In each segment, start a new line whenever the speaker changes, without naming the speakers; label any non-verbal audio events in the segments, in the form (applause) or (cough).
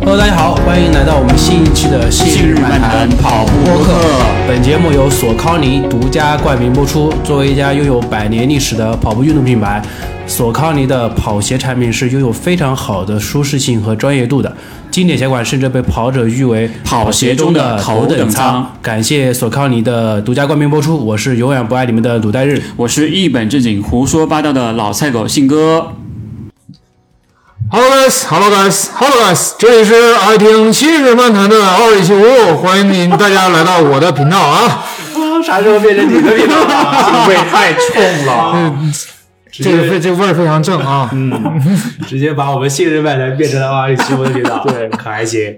Hello，大家好，欢迎来到我们新一期的《
信
信
日
日
漫
漫
谈
谈
跑步
播
客
客》。本节目由索康尼独家冠名播出。作为一家拥有百年历史的跑步运动品牌，索康尼的跑鞋产品是拥有非常好的舒适性和专业度的。经典鞋款甚至被跑者誉为
跑鞋中的头
头
等
等
舱。
感谢索康尼的独家冠名播出，我是永远不爱你们的鲁代日。
我是一本正经胡说八道的老菜狗信哥。
Hello guys, Hello guys, Hello guys，这里是爱听七日漫谈的二一七五，欢迎您大家来到我的频道啊！
啥时候变成你的频道
(laughs) 味太冲 (laughs) 了，
这个非这个味儿非常正啊！
嗯直接把我们信任漫谈变成了二里七的频道，对，可还行。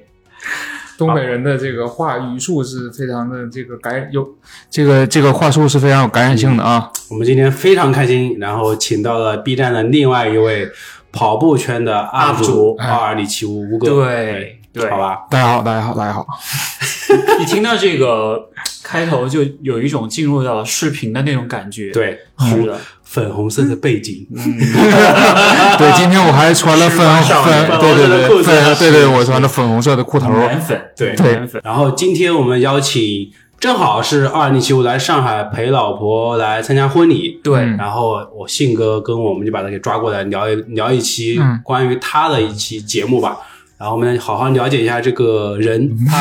东北人的这个话语术是非常的这个感有，这个这个话术是非常有感染性的啊！
我们今天非常开心，然后请到了 B 站的另外一位跑步圈的 UP 主二里七五吴哥，哎
对对
好吧，
大家好，大家好，大
(laughs)
家好！
一听到这个开头，就有一种进入到视频的那种感觉。，
对，
是
红
的，
粉红色的背景，
对，今天我还穿了粉红
时尚
粉，
粉
对
红色
对
的
对
裤
粉，
子嗯
对对对，我穿了粉红色的裤头。
男粉，
对
男粉。
然后今天我们邀请，正好是二零七五来上海陪老婆来参加婚礼，
对
嗯
然后我信哥跟我们就把他给抓过来聊一聊一期
嗯
关于他的一期节目吧。然后我们好好了解一下这个
(laughs)
人，他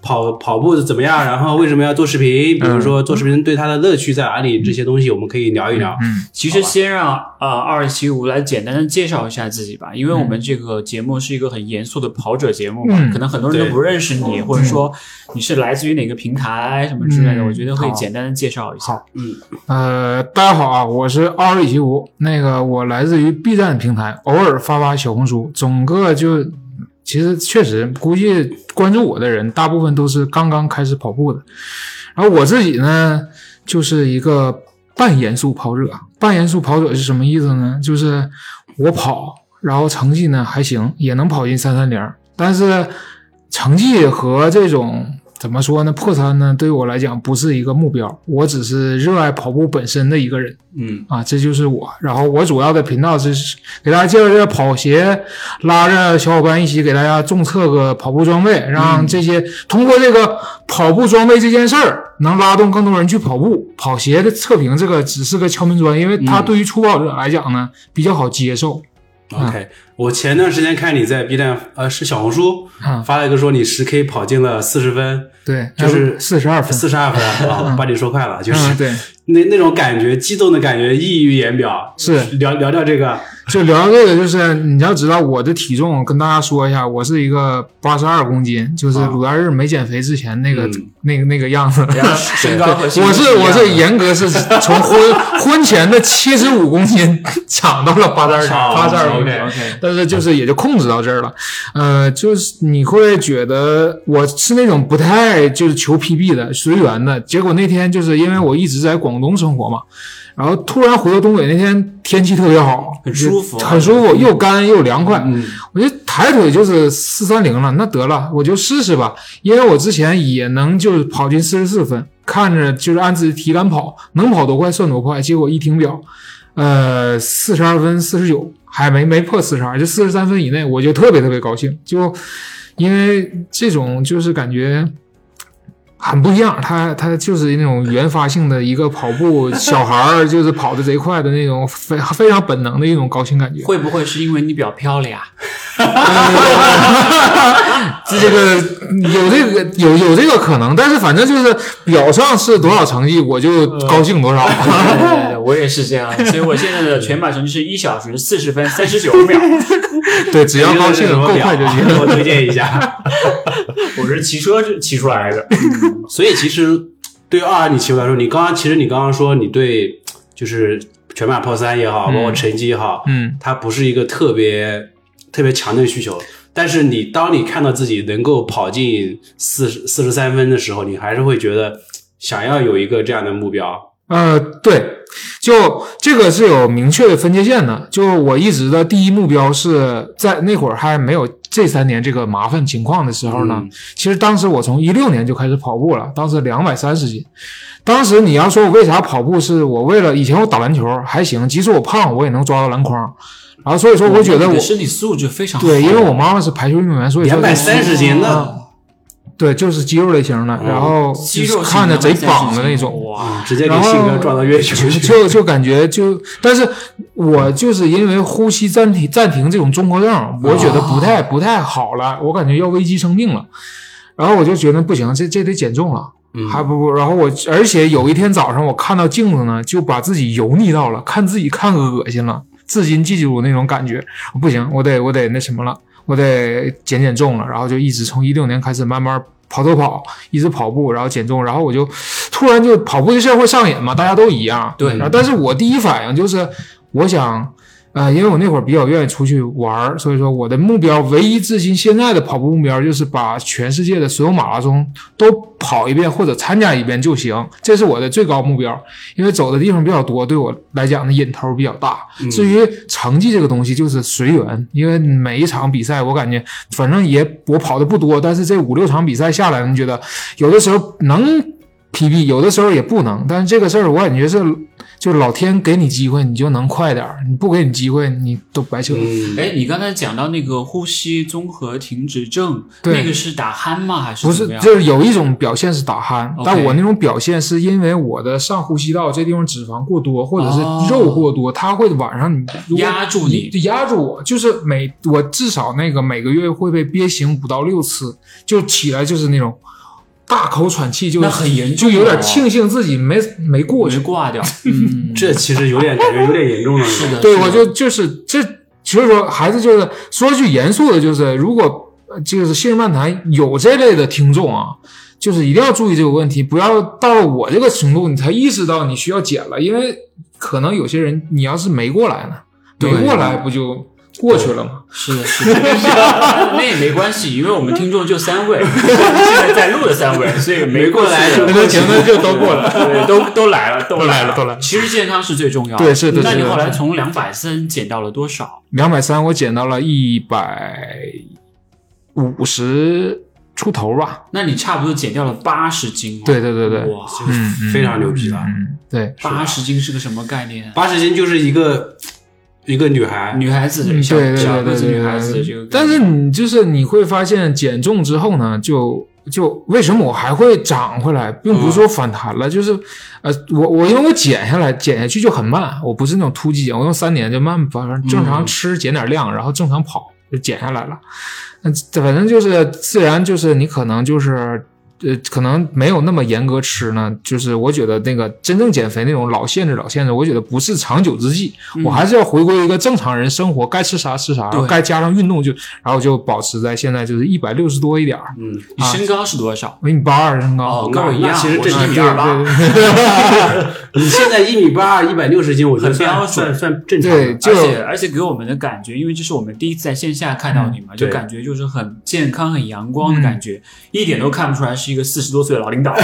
跑跑步怎么样，然后为什么要做视频，比
嗯
如说做视频对他的乐趣在哪里，这些东西我们可以聊一聊。
嗯
其实先让呃二七五来简单的介绍一下自己吧，因为我们这个节目是一个很严肃的跑者节目嘛，
嗯
可能很多人
对
都不认识你，或者说你是来自于哪个平台什么之类的，
嗯
我觉得可以
好
简单的介绍一下。
呃，大家好啊，我是二一七五，那个我来自于 B 站平台，偶尔发发小红书，整个就其实确实估计关注我的人，大部分都是刚刚开始跑步的。然后我自己呢，就是一个半严肃跑者。半严肃跑者是什么意思呢？就是我跑，然后成绩呢还行，也能跑进三三零，但是成绩和这种怎么说呢，破三呢，对于我来讲不是一个目标，我只是热爱跑步本身的一个人。
嗯，
啊，这就是我。然后我主要的频道是给大家介绍介绍跑鞋，拉着小伙伴一起给大家重测个跑步装备，
嗯
让这些、通过这个跑步装备这件事儿，能拉动更多人去跑步。跑鞋的测评这个只是个敲门砖，因为它
嗯
对于初跑者来讲呢、比较好接受。嗯啊
OK，我前段时间看你在 B 站，呃，是小红书
啊
发了一个说你十 K 跑进了四十分，
对，
就是
四十二分。
四十二分啊， (laughs) 把你说快了，就是
嗯，对，
那那种感觉，激动的感觉溢于言表。
是
聊聊聊这个，
就聊到这个，就是你要知道我的体重，跟大家说一下，我是一个八十二公斤，就是
啊
鲁大日没减肥之前那个、
嗯
那个那个样子。
身高和
我是我是
是
严格是从婚婚前的七十五公斤 (laughs) 长到了八十二
好
八十二公斤
OK，，
但是就是也就控制到这儿了。呃，就是你会觉得我是那种不太就是求 PB 的随缘的。结果那天就是因为我一直在广东生活嘛，然后突然回到东北，那天天气特别好，
很舒服啊嗯
很舒服，又干又凉快。
嗯
我就抬腿就是四三零了，那得了，我就试试吧，因为我之前也能就是跑进四十四分，看着就是按自己体感跑，能跑多快算多快。结果一停表，呃，四十二分四十九，还没没破四十二，就四十三分以内，我就特别特别高兴，就因为这种就是感觉。很不一样，他他就是那种原发性的一个跑步小孩儿，就是跑的贼快的那种非非常本能的一种高兴感觉。
会不会是因为你比较啊飘了
(laughs)
呀？
这个有这个有有这个可能，但是反正就是表上是多少成绩，我就高兴多少。
对对对，我也是这样，所以我现在的全马成绩是一小时四十分三十九
(laughs)
秒，
对，只要高兴
这个
够
是什么
快就
表啊
行。
我推荐一下。
我是骑车骑出来的，
所以其实对于二二你骑来说，你刚刚其实你刚刚说你对就是全马破三也好，包括成绩也好，
嗯，
它不是一个特别特别强的需求。但是你当你看到自己能够跑进四十四十三分的时候，你还是会觉得想要有一个这样的目标。
呃，对，就这个是有明确的分界线的。就我一直的第一目标是在那会儿还没有这三年这个麻烦情况的时候呢，
嗯
其实当时我从一六年就开始跑步了，当时两百三十斤。当时你要说我为啥跑步，是我为了以前我打篮球还行，即使我胖，我也能抓到篮筐。然后所以说我觉得
嗯
你
我
的身体素质非常好，
对，因为我妈妈是排球运动员，所以说
两百三十斤嗯呢，
对，就是肌肉类型的，然后
肌肉型
看着贼
230
棒的那种，嗯
哇，
直接给
然后
信哥撞到月球去。
(laughs) 就就感觉就，但是我就是因为呼吸暂停暂停这种综合症，我觉得不太不太好了，我感觉要危及生命了。然后我就觉得不行，这这得减重了，
嗯
还不不。然后我而且有一天早上，我看到镜子呢，就把自己油腻到了，看自己看恶心了，至今记住那种感觉。不行，我得我得那什么了，我得减减重了。然后就一直从一六年开始慢慢跑走跑，一直跑步，然后减重，然后我就突然就跑步这事儿会上瘾嘛，大家都一样。
对
然后但是我第一反应就是我想。呃，因为我那会儿比较愿意出去玩儿，所以说我的目标唯一至今现在的跑步目标就是把全世界的所有马拉松都跑一遍或者参加一遍就行，这是我的最高目标。因为走的地方比较多，对我来讲呢瘾头比较大。至于成绩这个东西，就是随缘，因为每一场比赛我感觉反正也我跑的不多，但是这五六场比赛下来，你觉得有的时候能 PB，有的时候也不能。但是这个事儿我感觉是，就老天给你机会，你就能快点儿；你不给你机会，你都白扯。
嗯，
哎，你刚才讲到那个呼吸综合停止症，
对
那个是打鼾吗？还是
不
怎
是
么，样？
就是有一种表现是打鼾
OK
但我那种表现是因为我的上呼吸道这地方脂肪过多，或者是
哦
肉过多，它会晚上你如果
压住你
就压住我，就是每我至少那个每个月会被憋醒五到六次，就起来就是那种大口喘气，就
那很严重
就有点
哦
庆幸自己没没过
没
去。
挂
(laughs)
掉，嗯
这其实有点感觉有点严重了。是的，
啊
对，我就就是这，所以说孩子就是说句严肃的，就是如果呃就是《信日漫谈》有这类的听众啊，就是一定要注意这个问题，不要到了我这个程度你才意识到你需要减了，因为可能有些人你要是没过来呢，
对
没过来不就过去了吗？
是的，是的， (laughs) 那也没关系，因为我们听众就三
(laughs)
位，我们现在在录的三位，所以没过来就
那个 (laughs) 前面就都过来
(laughs)
对，
了，
都都来了，都
都
来
来了，都来了。
其实健康是最重要的。
对是的
那你
是的
后来从两百三减到了多少？
两百三，我减到了一百五十出头吧。
那你差不多减掉了八十斤、哦。
对对对对，
哇，
嗯，
非常牛逼了。
嗯，对，
八十斤是个什么概念？
八十斤就是一个一个女孩，
女孩子
嗯，
小
对对
小
对
个
对
子
对
女孩子的
对
这个概念，
但是你就是你会发现减重之后呢，就就为什么我还会长回来，并不
嗯
是说反弹了，就是呃，我我因为我减下来减下去就很慢，我不是那种突击减，我用三年就慢，反正正
嗯
常吃减点量，然后正常跑就减下来了。嗯，这反正就是自然就是你可能就是。呃，可能没有那么严格吃呢，就是我觉得那个真正减肥那种老限制老限制，我觉得不是长久之计，我还是要回归一个正常人生活，该吃啥吃啥，
嗯对
该加上运动就，然后就保持在现在就是一百六十多一点儿，
嗯，
你身高是多少？
我一米八二身高，
哦，跟我一样，
那其实
我
这
是一
一
米
点
二
儿
八。
你现在一米八二，一百六十斤，我觉得
很标
算算
准
算正常的。
对，就
而且而且给我们的感觉，因为这是我们第一次在线下看
嗯
到你嘛，就
对
感觉就是很健康、很阳光的感觉，一点都看不出来是一个四十多岁的老领
(laughs)
导。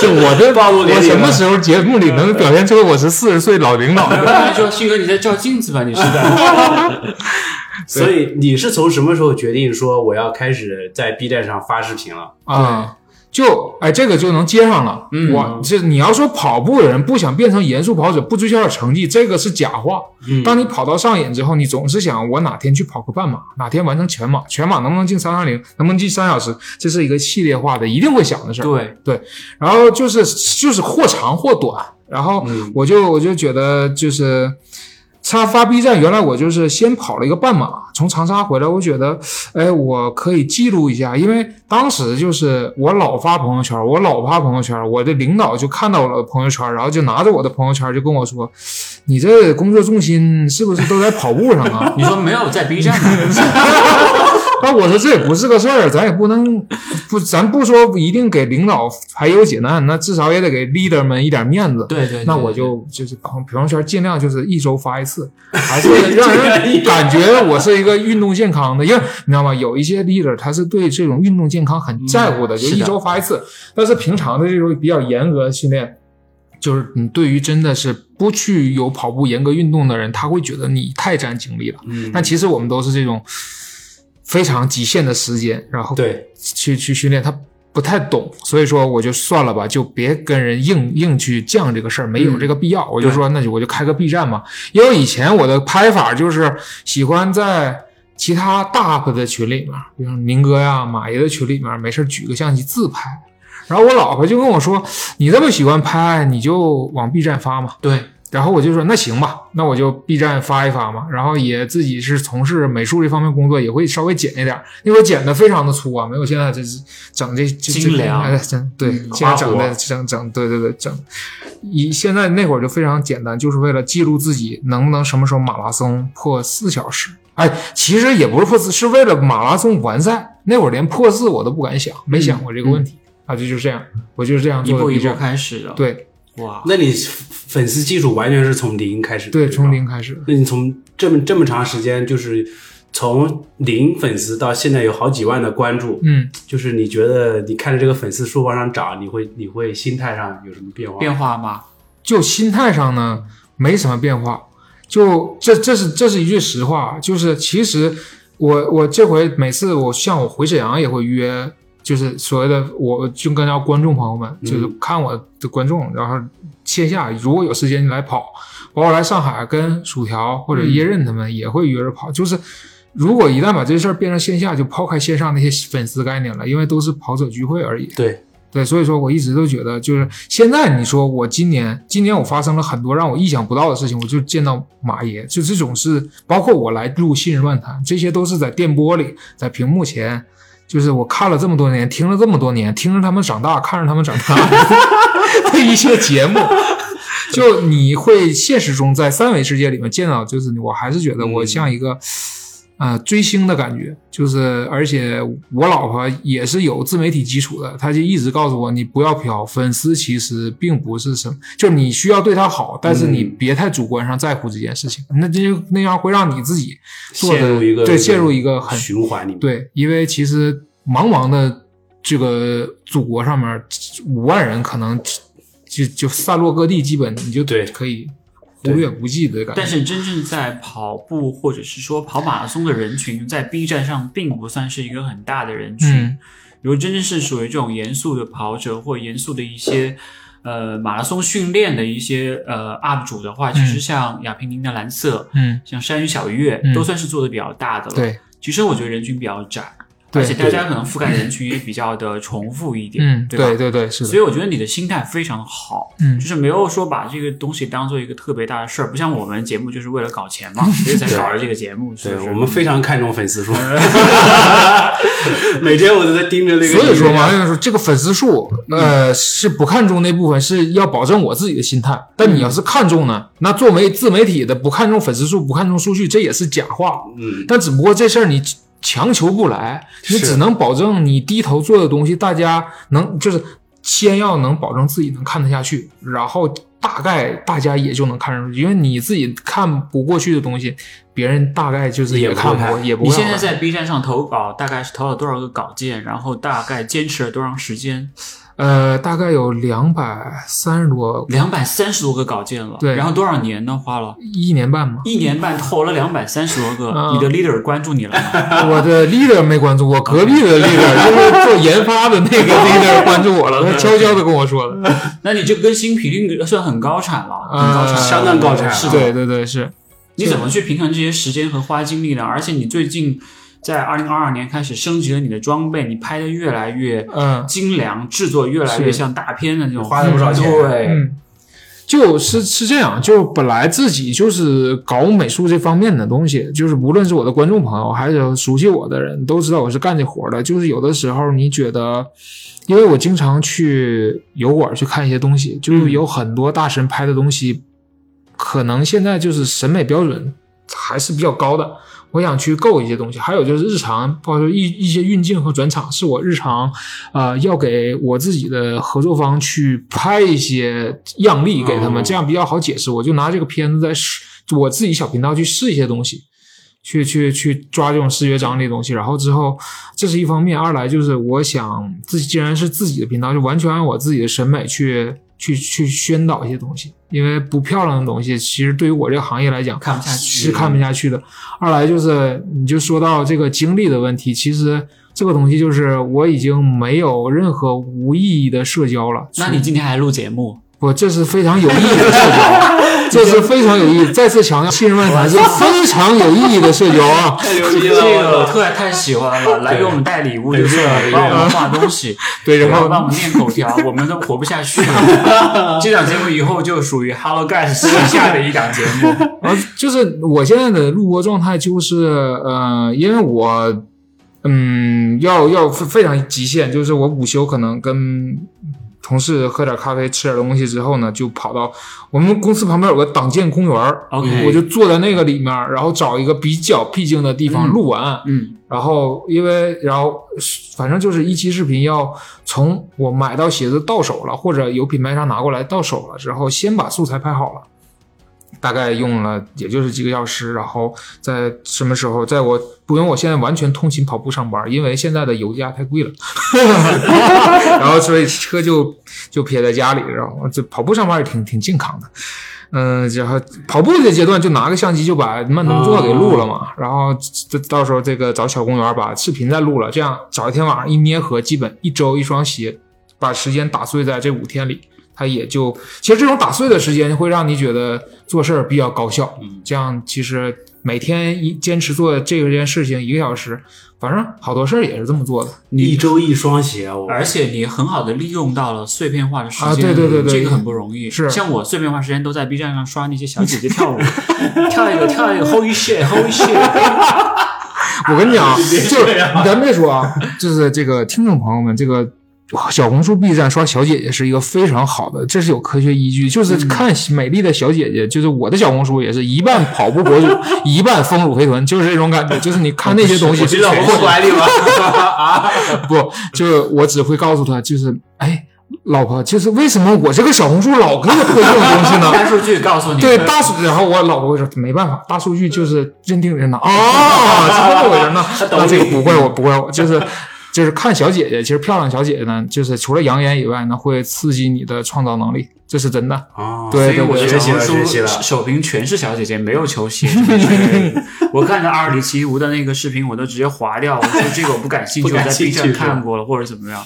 就我
(laughs)
这暴露
年
我
龄了
什么时候节目里能表现出我是四十岁老领
(laughs)
导？
然后他说：“新哥，你在照镜子吧？你是在
(laughs)
所以你是从什么时候决定说我要开始在 B 站上发视频了？
啊、就哎，这个就能接上了。
嗯
我这你要说跑步的人不想变成严肃跑者，不追求点成绩，这个是假话。
嗯
当你跑到上瘾之后，你总是想我哪天去跑个半马，哪天完成全马，全马能不能进三三零，能不能进三小时，这是一个系列化的，一定会想的事儿。
对，
然后就是就是或长或短，然后我就我就觉得就是。他发 B 站，原来我就是先跑了一个半马，从长沙回来，我觉得，哎，我可以记录一下，因为当时就是我老发朋友圈，我老发朋友圈，我的领导就看到我的朋友圈，然后就拿着我的朋友圈就跟我说，你这工作重心是不是都在跑步上啊？ (laughs)
你说没有在 B 站呢？
那我说这也不是个事儿，咱也不能不，咱不说一定给领导排忧解难，那至少也得给 leader 们一点面子。
对对对，
那我就就是朋朋友圈尽量就是一周发一次，还是让人感觉我是一个运动健康的，因为你知道吗？有一些 leader 他是对这种运动健康很在乎
嗯
的，就是
的
一周发一次。但是平常的这种比较严格的训练，就是你对于真的是不去有跑步严格运动的人，他会觉得你太占精力了。
嗯
但其实我们都是这种非常极限的时间，然后
对，
去去训练，它不太懂，所以说我就算了吧，就别跟人硬硬去犟这个事儿，没有这个必要。我就说那就我就开个 B 站嘛，因为以前我的拍法就是喜欢在其他大 UP 的群里面，比如说宁哥呀、马爷的群里面，没事儿举个相机自拍。然后我老婆就跟我说：“你这么喜欢拍，你就往 B 站发嘛。”
对。
然后我就说：“那行吧，那我就 B 站发一发嘛。”然后也自己是从事美术这方面工作，也会稍微剪一点儿。那会儿剪的非常的粗啊，没有现在这这整这这
精良嗯
哎真对，现在整的整整对对对整。以现在那会儿就非常简单，就是为了记录自己能不能什么时候马拉松破四小时。哎，其实也不是破四，是为了马拉松完赛。那会儿连破四我都不敢想，没想过这个问题。啊，这就是这样，我就是这样
嗯一
做的
步一
B
步
站。
开始的，，
对
哇，
那你粉丝基础完全是从零开始的，
对，
是吧
从。零开始。
那你从这么这么长时间，就是从零粉丝到现在有好几万的关注，
嗯，
就是你觉得你看着这个粉丝数往上涨，你会你会心态上有什么变化？
变化嘛，
就心态上呢没什么变化，就这这是这是一句实话，就是其实我我这回每次我像我回沈阳也会约，就是所谓的我就跟到观众朋友们，就是看我的观众，然后线下如果有时间来跑，包括来上海跟薯条或者椰刃他们也会约着跑，就是。如果一旦把这事儿变成线下，就抛开线上那些粉丝概念了，因为都是跑者聚会而已。
对
对，所以说我一直都觉得，就是现在你说我今年，今年我发生了很多让我意想不到的事情，我就见到马爷，就这种事，包括我来录新人漫谈，这些都是在电波里，在屏幕前，就是我看了这么多年，听了这么多年，听着他们长大，看着他们长大 (laughs) 的一些节目。就你会现实中在三维世界里面见到，就是我还是觉得我像一个，啊，追星的感觉，就是而且我老婆也是有自媒体基础的，她就一直告诉我，你不要飘，粉丝其实并不是什么，就是你需要对他好，但是你别太主观上在乎这件事情，那这就那样会让你自己做的
陷入一个
对陷入一个很
循环里面。
对，因为其实茫茫的这个祖国上面，五万人可能就就散落各地，基本你就
对
可以忽略不计的感觉。
但是真正在跑步或者是说跑马拉松的人群，在 B 站上并不算是一个很大的人群。
嗯
如果真正是属于这种严肃的跑者或严肃的一些呃马拉松训练的一些呃 UP 主的话，其实像亚平宁的蓝色，
嗯，
像山鱼小月，
嗯
都算是做的比较大的了。，
对，
其实我觉得人群比较窄，
对
而且大家可能覆盖的人群也比较的重复一点，
嗯，
吧？
对对对，是
所
的，
以我觉得你的心态非常好，
嗯
就是没有说把这个东西当做一个特别大的事儿，不像我们节目就是为了搞
(laughs)
钱嘛，所以才搞了这个节目，是
对
不是？
我们非常看重粉丝数， (laughs) 每天我都在盯着那个。
嗯
啊
所以说嘛，，就是说这个粉丝数，
嗯
呃，是不看重那部分，是要保证我自己的心态。但
嗯
你要是看重呢，那做媒自媒体的不看重粉丝数，不看重数据，这也是假话。
嗯，
但只不过这事儿你强求不来，你
是
只能保证你低头做的东西，大家能就是先要能保证自己能看得下去，然后大概大家也就能看上去，因为你自己看不过去的东西，别人大概就是
也不会
看过，也不
你
会好
现在
看。
在 B 站上投稿，大概是投了多少个稿件，然后大概坚持了多长时间？
呃，大概有两百三十多，
两百三十多个稿件了，
对
然后多少年呢？花了
一年半吧。
一年半，投了两百三十多个，
嗯
你的 leader 关注你了吗？ (laughs)
我的 leader 没关注我，隔壁的 leader 就是做研发的
(laughs)
那个 leader 关注我了，他悄悄的跟我说的。
那你这更新频率算很高产了，很高
呃，
产了，
相当高产啊
是的，
对对对，是。
你怎么去平衡这些时间和花精力呢？而且你最近在二零二二年开始升级了你的装备，你拍的越来越
嗯
精良，制作越来越
是
像大片的那种，
花了不少钱
对，
嗯，就是是这样，就本来自己就是搞美术这方面的东西，就是无论是我的观众朋友，还是熟悉我的人，都知道我是干这活的。就是有的时候你觉得，因为我经常去油管去看一些东西，就是有很多大神拍的东西，可能现在就是审美标准还是比较高的。我想去购一些东西，还有就是日常，包括一一些运镜和转场，是我日常，呃，要给我自己的合作方去拍一些样例给他们，
哦
这样比较好解释。我就拿这个片子在试，我自己小频道去试一些东西，去去去抓这种视觉张力的东西。然后之后，这是一方面；二来就是我想自己既然是自己的频道，就完全按我自己的审美去去去宣导一些东西。因为不漂亮的东西，其实对于我这个行业来讲，
看不下去
是看不下去的。二来就是你就说到这个精力的问题，其实这个东西就是我已经没有任何无意义的社交了。
那你今天还录节目？
我这是非常有意义的社交，这是非常有意义。再次强调，信任漫谈是非常有意义的社交啊！
太牛逼
这个我
了！
特别太喜欢了，来给我们带礼物就
很
是
热
了
很，热
帮我们画东西，
对，然后
帮我们念口条，我们都活不下去
(laughs)
了。这档节目以后就属于 Hello Guys 旗下的一档节
(laughs)
目。
然后就是我现在的录播状态就是，呃，因为我，嗯，要要非非常极限，就是我午休可能跟同事喝点咖啡，吃点东西之后呢，就跑到我们公司旁边有个党建公园儿
OK
我就坐在那个里面儿，然后找一个比较僻静的地方录完，
嗯，
然后因为然后反正就是一期视频要从我买到鞋子到手了，或者由品牌商拿过来到手了之后，先把素材拍好了，大概用了也就是几个小时，然后在什么时候，在我不用我现在完全通勤跑步上班，因为现在的油价太贵了，然后所以车就就撇在家里，然后这跑步上班也挺挺健康的。嗯，然后跑步的阶段就拿个相机就把慢动作给录了嘛，然后这到时候这个找小公园把视频再录了，这样找一天晚上一捏合，基本一周一双鞋，把时间打碎在这五天里，它也就其实这种打碎的时间会让你觉得做事儿比较高效，这样其实每天一坚持做这个件事情一个小时，反正好多事儿也是这么做的，
一周一双鞋，啊我
哎
而且你很好的利用到了碎片化的时间，
啊对对对对
这个很不容易。
是
像我碎片化时间都在 B 站上刷那些小姐姐跳
(laughs)
舞，跳一个跳一个，Holy shit，Holy shit，
我跟
(laughs)
你讲啊，就是咱别说啊，就是这个听众朋友们，这个小红书、B 站刷小姐姐是一个非常好的，这是有科学依据。就是
嗯
看美丽的小姐姐，就是我的小红书也是一半跑步
(laughs)
博主，一半丰乳肥臀，就是这种感觉。就是你看那些东西，
我知道我 (laughs) 不管你吗？啊，
(laughs) 不，就是我只会告诉她，就是哎，老婆，就是为什么我这个小红书老给我推这种东西呢？ (laughs)
大
(laughs)
数据告诉你，
对大数，然后我老婆会说没办法，大数据就是认定 (laughs) 人呐啊，是这么回事呢？那这个不怪我，不怪我，就是 (laughs) 就是看小姐姐，其实漂亮小姐姐呢，就是除了养眼以外呢，会刺激你的创造能力，这是真的。
啊
对
所以
对
我
对，
学
小
习
红
了学习
书
了
首屏全是小姐姐，没有球鞋。对我看着阿尔里奇无的那个视频，我都直接划掉，我说这个我不感兴趣，
不
我
感
在
兴
B
趣
站看过了或者怎么样。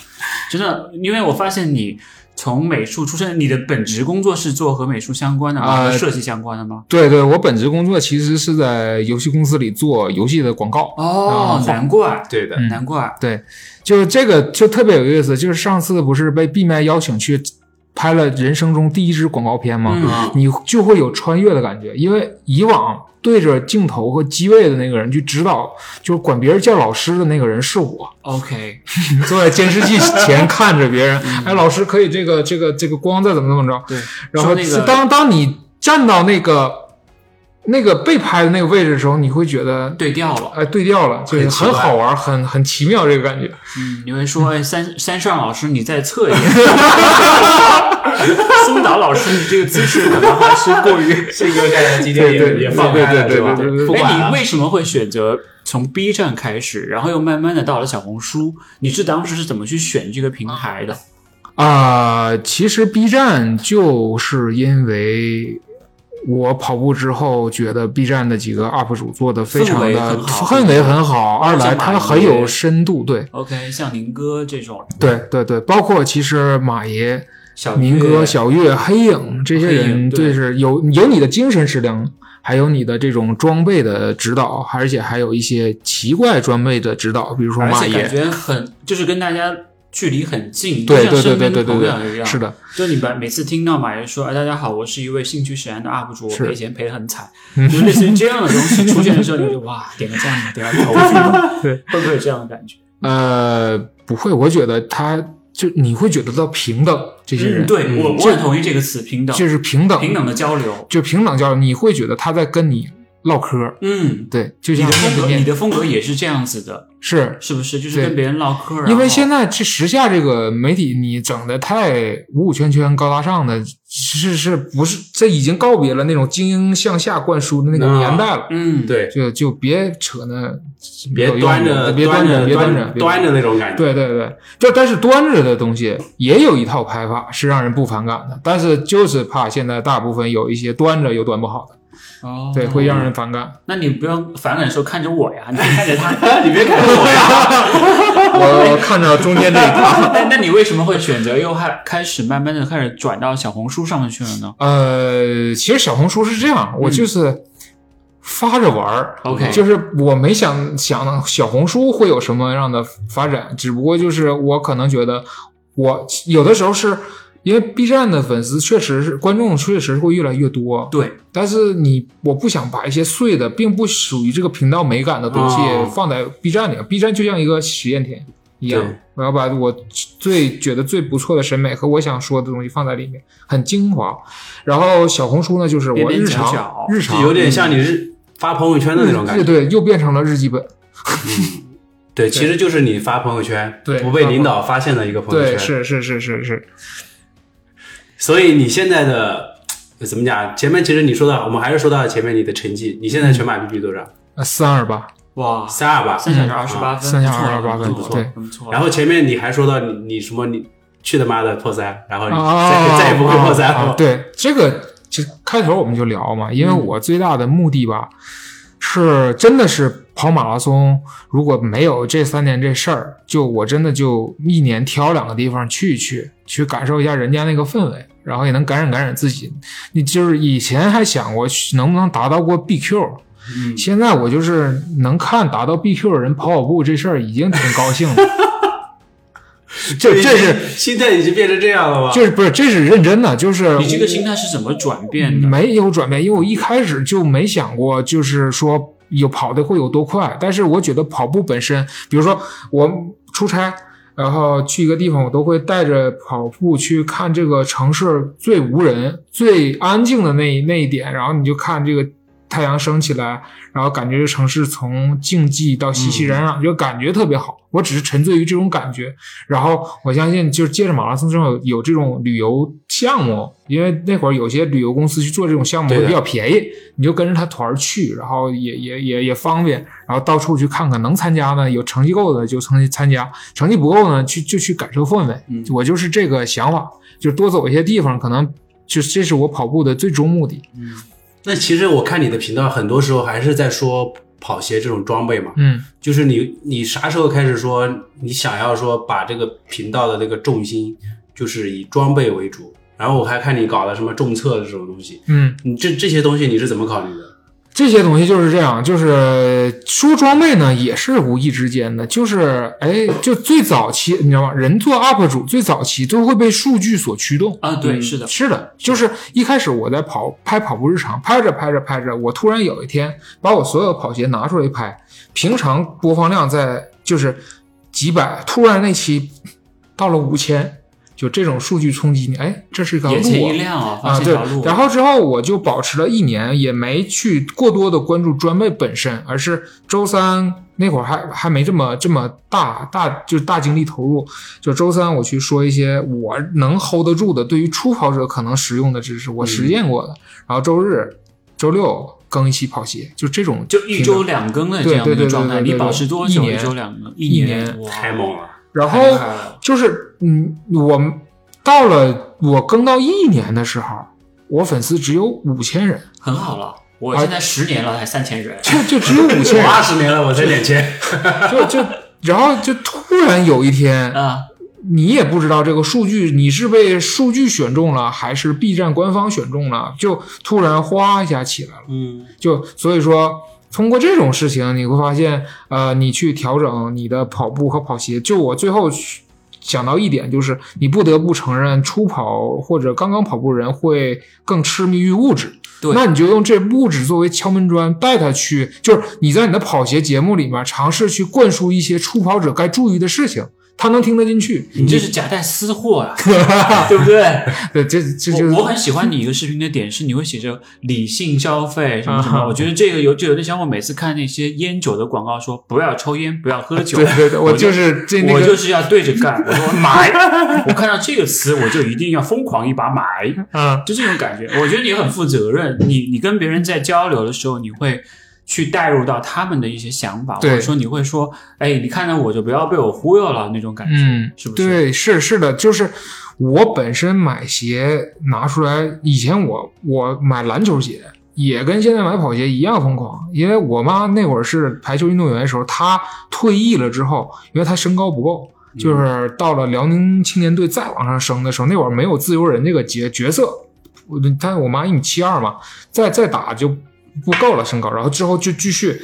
真的，因为我发现你从美术出身，你的本职工作是做和美术相关的吗？
呃
和设计相关的吗？
对对，我本职工作其实是在游戏公司里做游戏的广告。
哦，难怪，
对的，(laughs)
嗯
难怪。
对，就这个就特别有意思，就是上次不是被闭麦邀请去拍了人生中第一支广告片吗？
嗯
你就会有穿越的感觉，因为以往对着镜头和机位的那个人去指导，就是管别人叫老师的那个人是我，
，OK，
坐在监视器前看着别人，哎，老师可以这个这个这个光再怎么怎么着，
对，
然
说
后
那个
当当你站到那个那个被拍的那个位置的时候，你会觉得。
对调了。
哎，对调了，就是
很奇
很
怪
好玩，很很奇妙这个感觉。
嗯，你会说，哎，三三上老师，你再测一眼。松岛老师，你这个姿势可能还是过于
这个感觉今天
对对
也也放开了，
对对
是吧
对对对对？
不管
哎，
了
你为什么会选择从 B 站开始，然后又慢慢的到了小红书？你是当时是怎么去选这个平台的？
啊、其实 B 站就是因为我跑步之后，觉得 B 站的几个 UP 主做的非常
氛围
的
很好
氛围很好，二来
像马
它
云
很有深度，对
OK，像宁哥这种
对对对，包括其实马爷、
小
民
岳
歌、小岳、黑影这些
黑影
人，
对
就是有有你的精神食粮，还有你的这种装备的指导，而且还有一些奇怪装备的指导，比如说
而
马
且感
爷，
觉很就是跟大家距离很近，
对
就像
对对
身
对
边的
对对
朋友一
对，
样。
是，的，
就你把每次听到马爷说，哎，大家好，我是一位兴趣使然的 UP 主，我
是
赔钱赔的很
(laughs)
惨，就类似于这样的东西出现的时候，你就哇，点个赞吧，点个
(laughs)
头吧，
对，
(laughs) 会不会有这样的感觉？
呃，不会，我觉得他就你会觉得到平等这些人，
嗯，对我我很同意这个词，平等，
就是平等，
平等的交流。
就平等交流，你会觉得他在跟你唠嗑，
嗯，
对，就
你
像
的
面
风
对
格，你
面
的风格也是这样子的，
是。
是啊不是？就是
对
跟别人唠嗑，
因为
然
现
后
在这时下这个媒体，你整的太五五圈圈、高大上的，是是不是？这已经告别了那种精英向下灌输的那个
嗯
年代了。
嗯，
对，
就就别扯那，没
别
有用
端着
的别
端
着，别
端
着，别
端着那种感觉。
对对对，就但是端着的东西也有一套拍法是让人不反感的，但是就是怕现在大部分有一些端着又端不好的，
哦，
对，会让人反感。
那你不要反感说看着我呀，你看着他， (laughs)
(laughs)
你别看我呀，
我我看着中间这一趴，
(laughs) 那那你为什么会选择又开开始慢慢的开始转到小红书上面去了呢？
呃，其实小红书是这样，
嗯
我就是发着玩儿、
OK
就是我没想想小红书会有什么样的发展，只不过就是我可能觉得我有的时候是。因为 B 站的粉丝确实是观众，确实会越来越多。
对，
但是你我不想把一些碎的，并不属于这个频道美感的东西
哦
放在 B 站里。B 站就像一个实验田一样
对，
我要把我最觉得最不错的审美和我想说的东西放在里面，很精华。然后小红书呢，就是
边
我
边
日
角
常
角
日
就
常
有点像你日发朋友圈的那种感
嗯日
觉。
对，又变成了日记本。
对，其实就是你发朋友圈，
对
不被领导发现的一个朋友圈。
对，是是是是是，
所以你现在的呃怎么讲？前面其实你说到，我们还是说到前面你的成绩，你现在全马 PB 多少？
呃三二八，
哇，
啊
三二吧。
三小时二十八分，
嗯三小
不
时
错了
28分
不错了
对
不错了。
然后前面你还说到你你什么你去他妈的破三，然后你再、
啊，
再也不会破三
啊
了。
对，这个就开头我们就聊嘛，因为
嗯
我最大的目的吧，是真的是跑马拉松，如果没有这三年这事儿，就我真的就一年挑两个地方去一去，去感受一下人家那个氛围，然后也能感染感染自己。你就是以前还想过去能不能达到过 BQ。现
嗯
在我就是能看达到 BQ 的人跑跑步这事儿已经挺高兴了， (laughs)
(laughs)
这这是
现在已经变成这样了吧？
这是不是这是认真的，就是
你这个心态是怎么转变的？
没有转变，因为我一开始就没想过，就是说有跑的会有多快。但是我觉得跑步本身，比如说我出差，然后去一个地方，我都会带着跑步去看这个城市最无人、最安静的那一那一点，然后你就看这个。太阳升起来，然后感觉这城市从静寂到熙熙攘攘，就感觉特别好。我只是沉醉于这种感觉，然后我相信，就是借着马拉松之后有有这种旅游项目，因为那会儿有些旅游公司去做这种项目
对
会
的
比较便宜，你就跟着他团儿去，然后也也也也方便，然后到处去看看，能参加的有成绩够的就成参加，成绩不够呢去就去感受氛围。
嗯
我就是这个想法，就多走一些地方，可能就这是我跑步的最终目的。
那其实我看你的频道，很多时候还是在说跑鞋这种装备嘛。
嗯，
就是你你啥时候开始说你想要说把这个频道的那个重心就是以装备为主？然后我还看你搞了什么重测这种东西，
嗯，
你这这些东西你是怎么考虑的？
这些东西就是这样，就是说装备呢也是无意之间的，就是哎，就最早期你知道吗？人做 UP 主最早期都会被数据所驱动。
啊，对，是的，
是的，就是一开始我在跑拍跑步日常，拍着拍着拍着，我突然有一天把我所有跑鞋拿出来拍，平常播放量在就是几百，突然那期到了五千，就这种数据冲击你，哎，这是一条路
眼前
啊
一亮啊，发
啊，
现
对
条路。，
然后之后我就保持了一年，也没去过多的关注装备本身，而是周三那会儿还还没这么这么大大就是大精力投入，就周三我去说一些我能 hold 得住的，对于初跑者可能实用的知识，我实践过的。然后周日、周六更一期跑鞋，就这种
就一
频道
周两更的
对
这样的一
对
个
对
状态，
对对
你
对
保持多久？
一
一
年
周两更，
一
一
年
哇，
太猛了！
然后
太厉害了
就是嗯，我到了我更到一年的时候，我粉丝只有五千人，
很好了。我现在十年了，才三千人，
就就只有五
我
千人，
二十年了，我才两千。
(laughs) 就就然后就突然有一天，
啊，
你也不知道这个数据你是被数据选中了，还是 B 站官方选中了，就突然哗一下起来了。
嗯，
就所以说，通过这种事情，你会发现，呃，你去调整你的跑步和跑鞋。就我最后去想到一点，就是你不得不承认，初跑或者刚刚跑步人会更痴迷于物质。
对
那你就用这物质作为敲门砖，带他去，就是你在你的跑鞋节目里面尝试去灌输一些初跑者该注意的事情，他能听得进去。
你这是夹带私货啊，对不对？
(laughs) 对，这这就是
我我很喜欢你一个视频的点是，你会写着理性消费什么什
啊
么。我觉得这个有就有点像我每次看那些烟酒的广告说不要抽烟，不要喝酒。
对对对，
我
我就是这那
我
个
就是要对着干，我说
(laughs)
买，我看到这个词我就一定要疯狂一把买，
啊，
就这种感觉。我觉得你很负责任，你你跟别人在交流的时候，你会去带入到他们的一些想法，或
对
者说你会说，哎，你看到我就不要被我忽悠了那种感觉，
嗯，
是不是？
对，是是的，就是我本身买鞋拿出来，以前我我买篮球鞋，也跟现在买跑鞋一样疯狂，因为我妈那会儿是排球运动员的时候，她退役了之后，因为她身高不够，就是到了辽宁青年队再往上升的时候，那会儿没有自由人这个角角色，我她我妈一米七二嘛，再再打就不够了身高，然后之后就继续，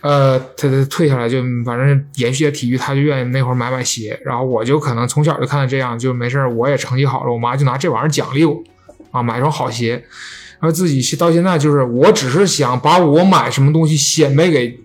呃，她她退下来就反正延续体育，她就愿意那会儿买买鞋，然后我就可能从小就看她这样，就没事儿我也成绩好了，我妈就拿这玩意儿奖励我，啊，买双好鞋。然后自己是到现在就是，我只是想把我买什么东西显摆给，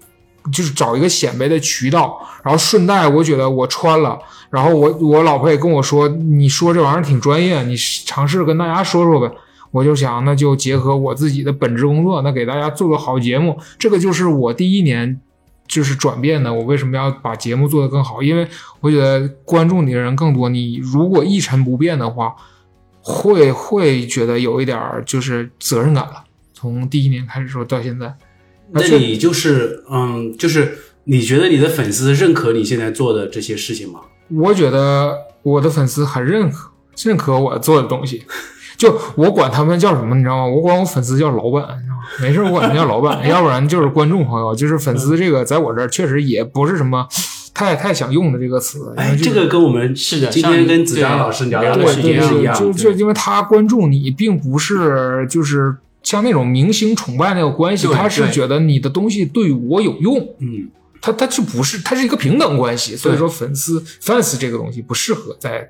就是找一个显摆的渠道，然后顺带我觉得我穿了，然后我我老婆也跟我说，你说这玩意儿挺专业，你尝试跟大家说说呗。我就想，那就结合我自己的本职工作，那给大家做个好节目，这个就是我第一年就是转变的。我为什么要把节目做得更好？因为我觉得关注你的人更多，你如果一成不变的话，会会觉得有一点儿就是责任感了。从第一年开始说到现在，
那你就是嗯，就是你觉得你的粉丝认可你现在做的这些事情吗？
我觉得我的粉丝很认可认可我做的东西。就我管他们叫什么，你知道吗？我管我粉丝叫老板，你知道吗？没事，我管他叫老板，要不然就是观众朋友，就是粉丝这个，在我这儿确实也不是什么太太想用的这个词。因
哎
为，
这个跟我们
是的
今
像
天
你
跟子
对
章老师聊到
聊
的
的
事
是一
情
样
是一
对，
样
就
的，
就因为他关注你，并不是就是像那种明星崇拜那个关系，
对
他是
对
觉得你的东西对我有用，
嗯，
他他就不是，他是一个平等关系。所以说，粉丝 fans 这个东西不适合在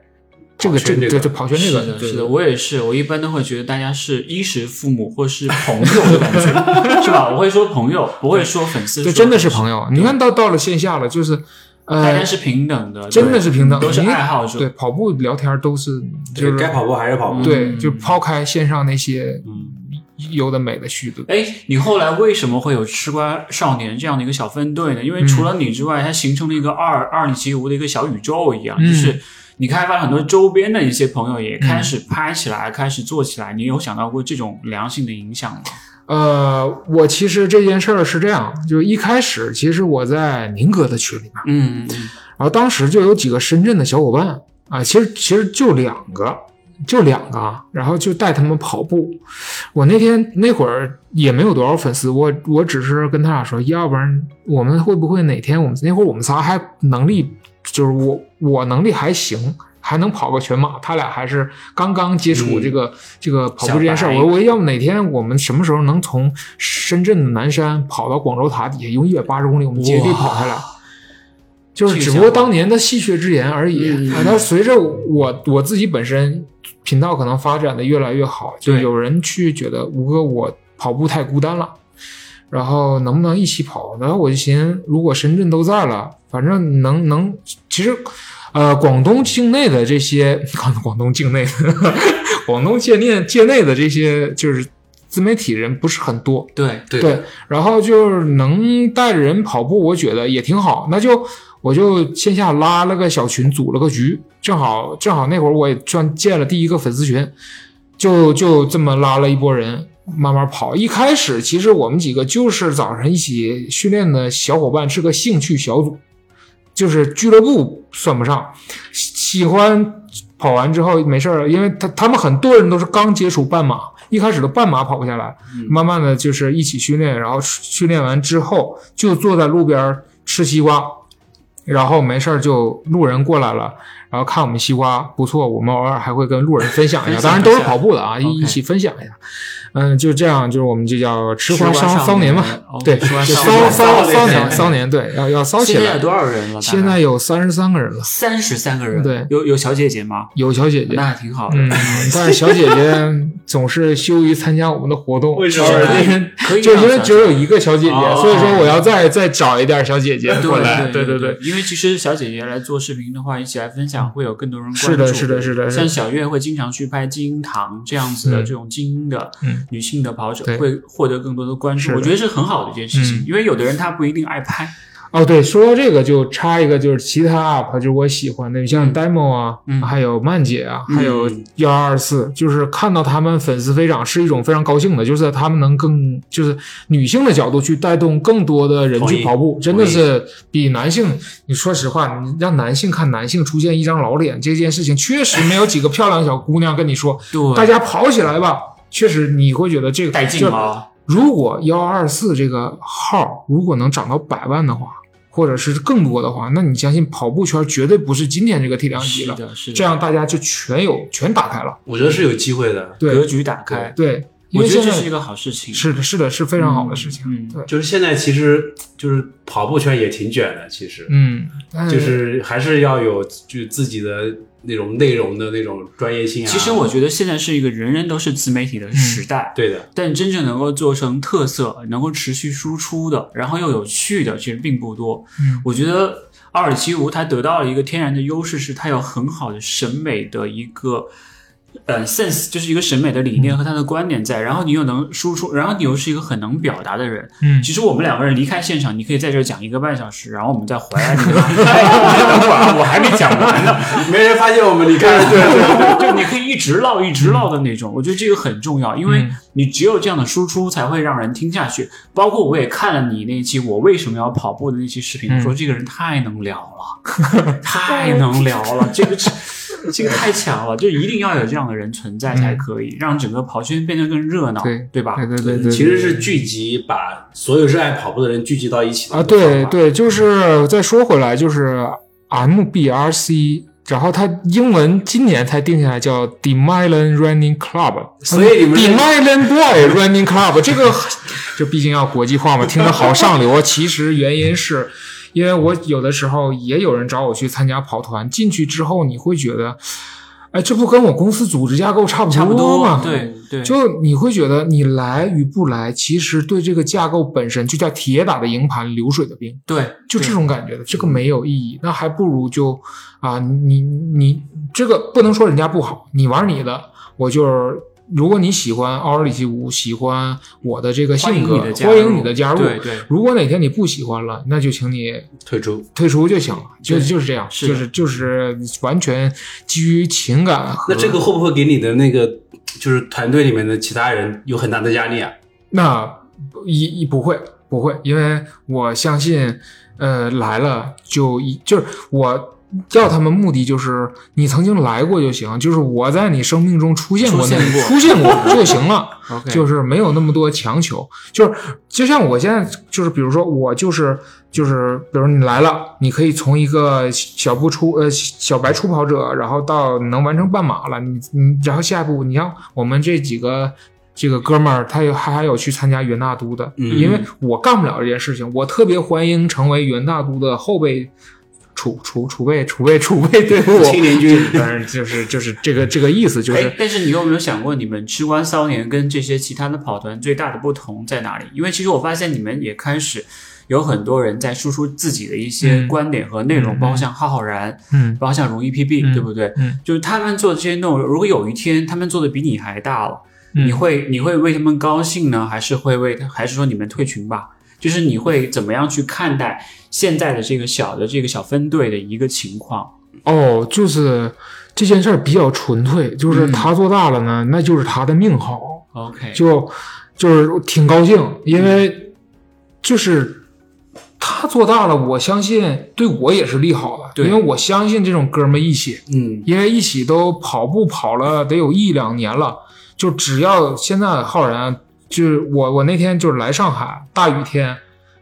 这个
跑圈
这
这个
这这跑圈这
是
个
的，
对
是的，我也是，我一般都会觉得大家是衣食父母或是朋友的感觉， (laughs) 是吧？我会说朋友，不会说粉丝，
对，真的是朋友。你看到到了线下了，就是呃，
大家是平等的，
真的
对
是平等，
都是
因为
爱好者
对，跑步聊天都是就是
该跑步还是跑步，
对，
嗯
就抛开线上那些有的没的虚的。
哎，你后来为什么会有吃瓜少年这样的一个小分队呢？因为
嗯
除了你之外，它形成了一个二二里吉无的一个小宇宙一样，
嗯
就是你开发了很多周边的一些朋友也开始拍起来，开始做起来。你有想到过这种良性的影响吗？
呃，我其实这件事儿是这样，就一开始其实我在宁哥的群里面，
嗯，
然后当时就有几个深圳的小伙伴啊、其实其实就两个，就两个，啊，然后就带他们跑步。我那天那会儿也没有多少粉丝，我我只是跟他俩说，要不然我们会不会哪天我们那会儿我们仨还能力，就是我我能力还行。还能跑个全马，他俩还是刚刚接触这个、这个跑步这件事
嗯
儿。
小白
我我要不哪天我们什么时候能从深圳的南山跑到广州塔底下，用一百八十公里，我们接力跑下来？就是只不过当年的戏谑之言而已。啊，但是随着我我自己本身频道可能发展的越来越好，就
对
有人去觉得吴哥我跑步太孤单了，然后能不能一起跑？然后我就寻思，如果深圳都在了，反正能能，其实。呃，广东境内的这些，广广东境内的， (laughs) 广东界内界内的这些，就是自媒体人不是很多，
对，
对
对，然后就是能带着人跑步，我觉得也挺好。那就我就线下拉了个小群，组了个局，正好正好那会儿我也算建了第一个粉丝群，就就这么拉了一波人慢慢跑。一开始其实我们几个就是早晨一起训练的小伙伴，是个兴趣小组，就是俱乐部算不上，喜喜欢跑完之后没事儿了，因为他他们很多人都是刚接触半马，一开始都半马跑不下来，
嗯
慢慢的就是一起训练，然后训练完之后就坐在路边儿吃西瓜，然后没事儿就路人过来了，然后看我们西瓜不错，我们偶尔还会跟路人分享一
分
下，
享
当然都
一
是
下
跑步的啊，一
OK
一起分享一下。嗯，就这样，就是我们就叫吃
吃
花
瓜
骚
少
骚年
年
嘛
哦，
对，
吃瓜
就
少年
骚
骚
骚骚
年
年骚年，对，要要骚起
现在有
来。
多少人了？大概
现在有三十三个人了，
三十三个人，
对
有有小姐姐吗？
有小姐姐，
那还挺好的， (laughs)
嗯，但是小姐姐总是羞于参加我们的活动，为什
么可以
(laughs) 就因
让
为
小
只有一个小姐姐，
哦
所以说我要再再找一点小姐姐过来。
(laughs) 对
对
对，因为其实小姐姐来做视频的话，一起来分享，会有更多人关注。
是的是的是的是的
像小月会经常去拍精英堂这样子的
嗯
这种精英的
嗯
女性的跑者
对，
会获得更多的关
是
注。
的
我觉得是很好的一件事情
嗯，
因为有的人他不一定爱拍，
哦，对，说到这个就插一个，就是其他 UP，就是我喜欢的，像
嗯
Demo 啊，
嗯
还有曼姐啊，
嗯
还有幺二四，就是看到他们粉丝飞涨是一种非常高兴的，就是他们能更就是女性的角度去带动更多的人
同
去
意
跑步，真的
同意
是比男性，你说实话，你让男性看男性出现一张老脸这件事情，确实没有几个漂亮小姑娘跟你说，
对
大家跑起来吧。确实，你会觉得这个
带劲
就
啊！
如果幺二四这个号如果能涨到百万的话，或者是更多的话，那你相信跑步圈绝对不是今天这个体量级
是
了。
的，是的，
这样大家就全有全打开了。
我觉得是有机会的。
格
对
局打开，
对，因
我
为
觉
现
得这
在
是一个好事情。
是的，是的，是非常好的事情。
嗯嗯
对，
就是现在其实就是跑步圈也挺卷的，其实
嗯，但
就是还是要有就自己的那种内容的那种专业性啊。
其实我觉得现在是一个人人都是自媒体的时代，
对的，
但真正能够做成特色、能够持续输出的，然后又有趣的，其实并不多。
嗯
我觉得阿尔奇无它得到了一个天然的优势，是它有很好的审美的一个。呃，sense 就是一个审美的理念和他的观点在，然后你又能输出，然后你又是一个很能表达的人。
嗯
其实我们两个人离开现场，你可以在这儿讲一个半小时，然后我们再回来。你 (laughs) 哎等会儿啊，我还没讲完呢。
没人发现我们离开了。对对，
(laughs) 就你可以一直唠一直唠的那种，我觉得这个很重要，因为
嗯
你只有这样的输出才会让人听下去。包括我也看了你那期我为什么要跑步的那期视频，
嗯
我说这个人太能聊了， (laughs) 太能聊
(laughs)
了，这个是这个太强了，就一定要有这样的人存在才可以，让整个跑圈变得更热闹，
嗯对
吧？
对对对对，
其实是聚集把所有热爱跑步的人聚集到一起的
啊，对对，就是再说回来，就是 MBRC，然后它英文今年才定下来叫 d e m i l a n Running Club，
所以你们
d
是
e m i l a n Boy Running Club，这个这毕竟要国际化嘛，听着好上流啊。其实原因是。因为我有的时候也有人找我去参加跑团，进去之后你会觉得，哎，这不跟我公司组织架构差不
差不
多
多
吗？，
对对，
就你会觉得你来与不来，其实对这个架构本身就叫铁打的营盘，流水的兵。
对，
就这
对
种感觉的，这个没有意义，那还不如就啊，你你这个不能说人家不好，你玩你的，我就是。如果你喜欢奥尔里奇乌，喜欢我的这个性格，
欢迎你的加入
欢迎你的加入。
对对
如果哪天你不喜欢了，那就请你
退出，
退出就行了，就
对
就是这样，
是的
就是就是完全基于情感和
那这个会不会给你的那个就是团队里面的其他人有很大的压力啊？
那一一不会不会，因为我相信，呃，来了就一就是我叫他们目的就是你曾经来过就行，就是我在你生命中出现过那
出现过
出现过就行了。
OK，
就是没有那么多强求，就是就像我现在就是，比如说我就是就是，比如你来了，你可以从一个小步出呃小白初跑者，然后到能完成半马了，你你然后下一步，你像我们这几个这个哥们儿，他有还还有去参加元大都的，
嗯，
因为我干不了这件事情，我特别欢迎成为元大都的后备储储储备储备储备队伍 (laughs)
青年军
当然就是就是这个这个意思，就是
哎，但是你有没有想过，你们吃官骚年跟这些其他的跑团最大的不同在哪里？因为其实我发现你们也开始有很多人在输出自己的一些
嗯
观点和内容，
嗯
包括像浩浩然，
嗯
包括像容易 PB，、
嗯
对不对？
嗯
就是他们做这些内容，如果有一天他们做的比你还大了，
嗯
你会你会为他们高兴呢，还是会为他，还是说你们退群吧？就是你会怎么样去看待现在的这个小的这个小分队的一个情况？
哦，就是这件事儿比较纯粹，就是
嗯
他做大了呢，那就是他的命好，
OK，
就就是挺高兴，因为就是他做大了，我相信对我也是利好的，
对
因为我相信这种哥们儿一起，
嗯，
因为一起都跑步跑了得有一两年了，就只要现在浩然，就是我我那天就是来上海大雨天，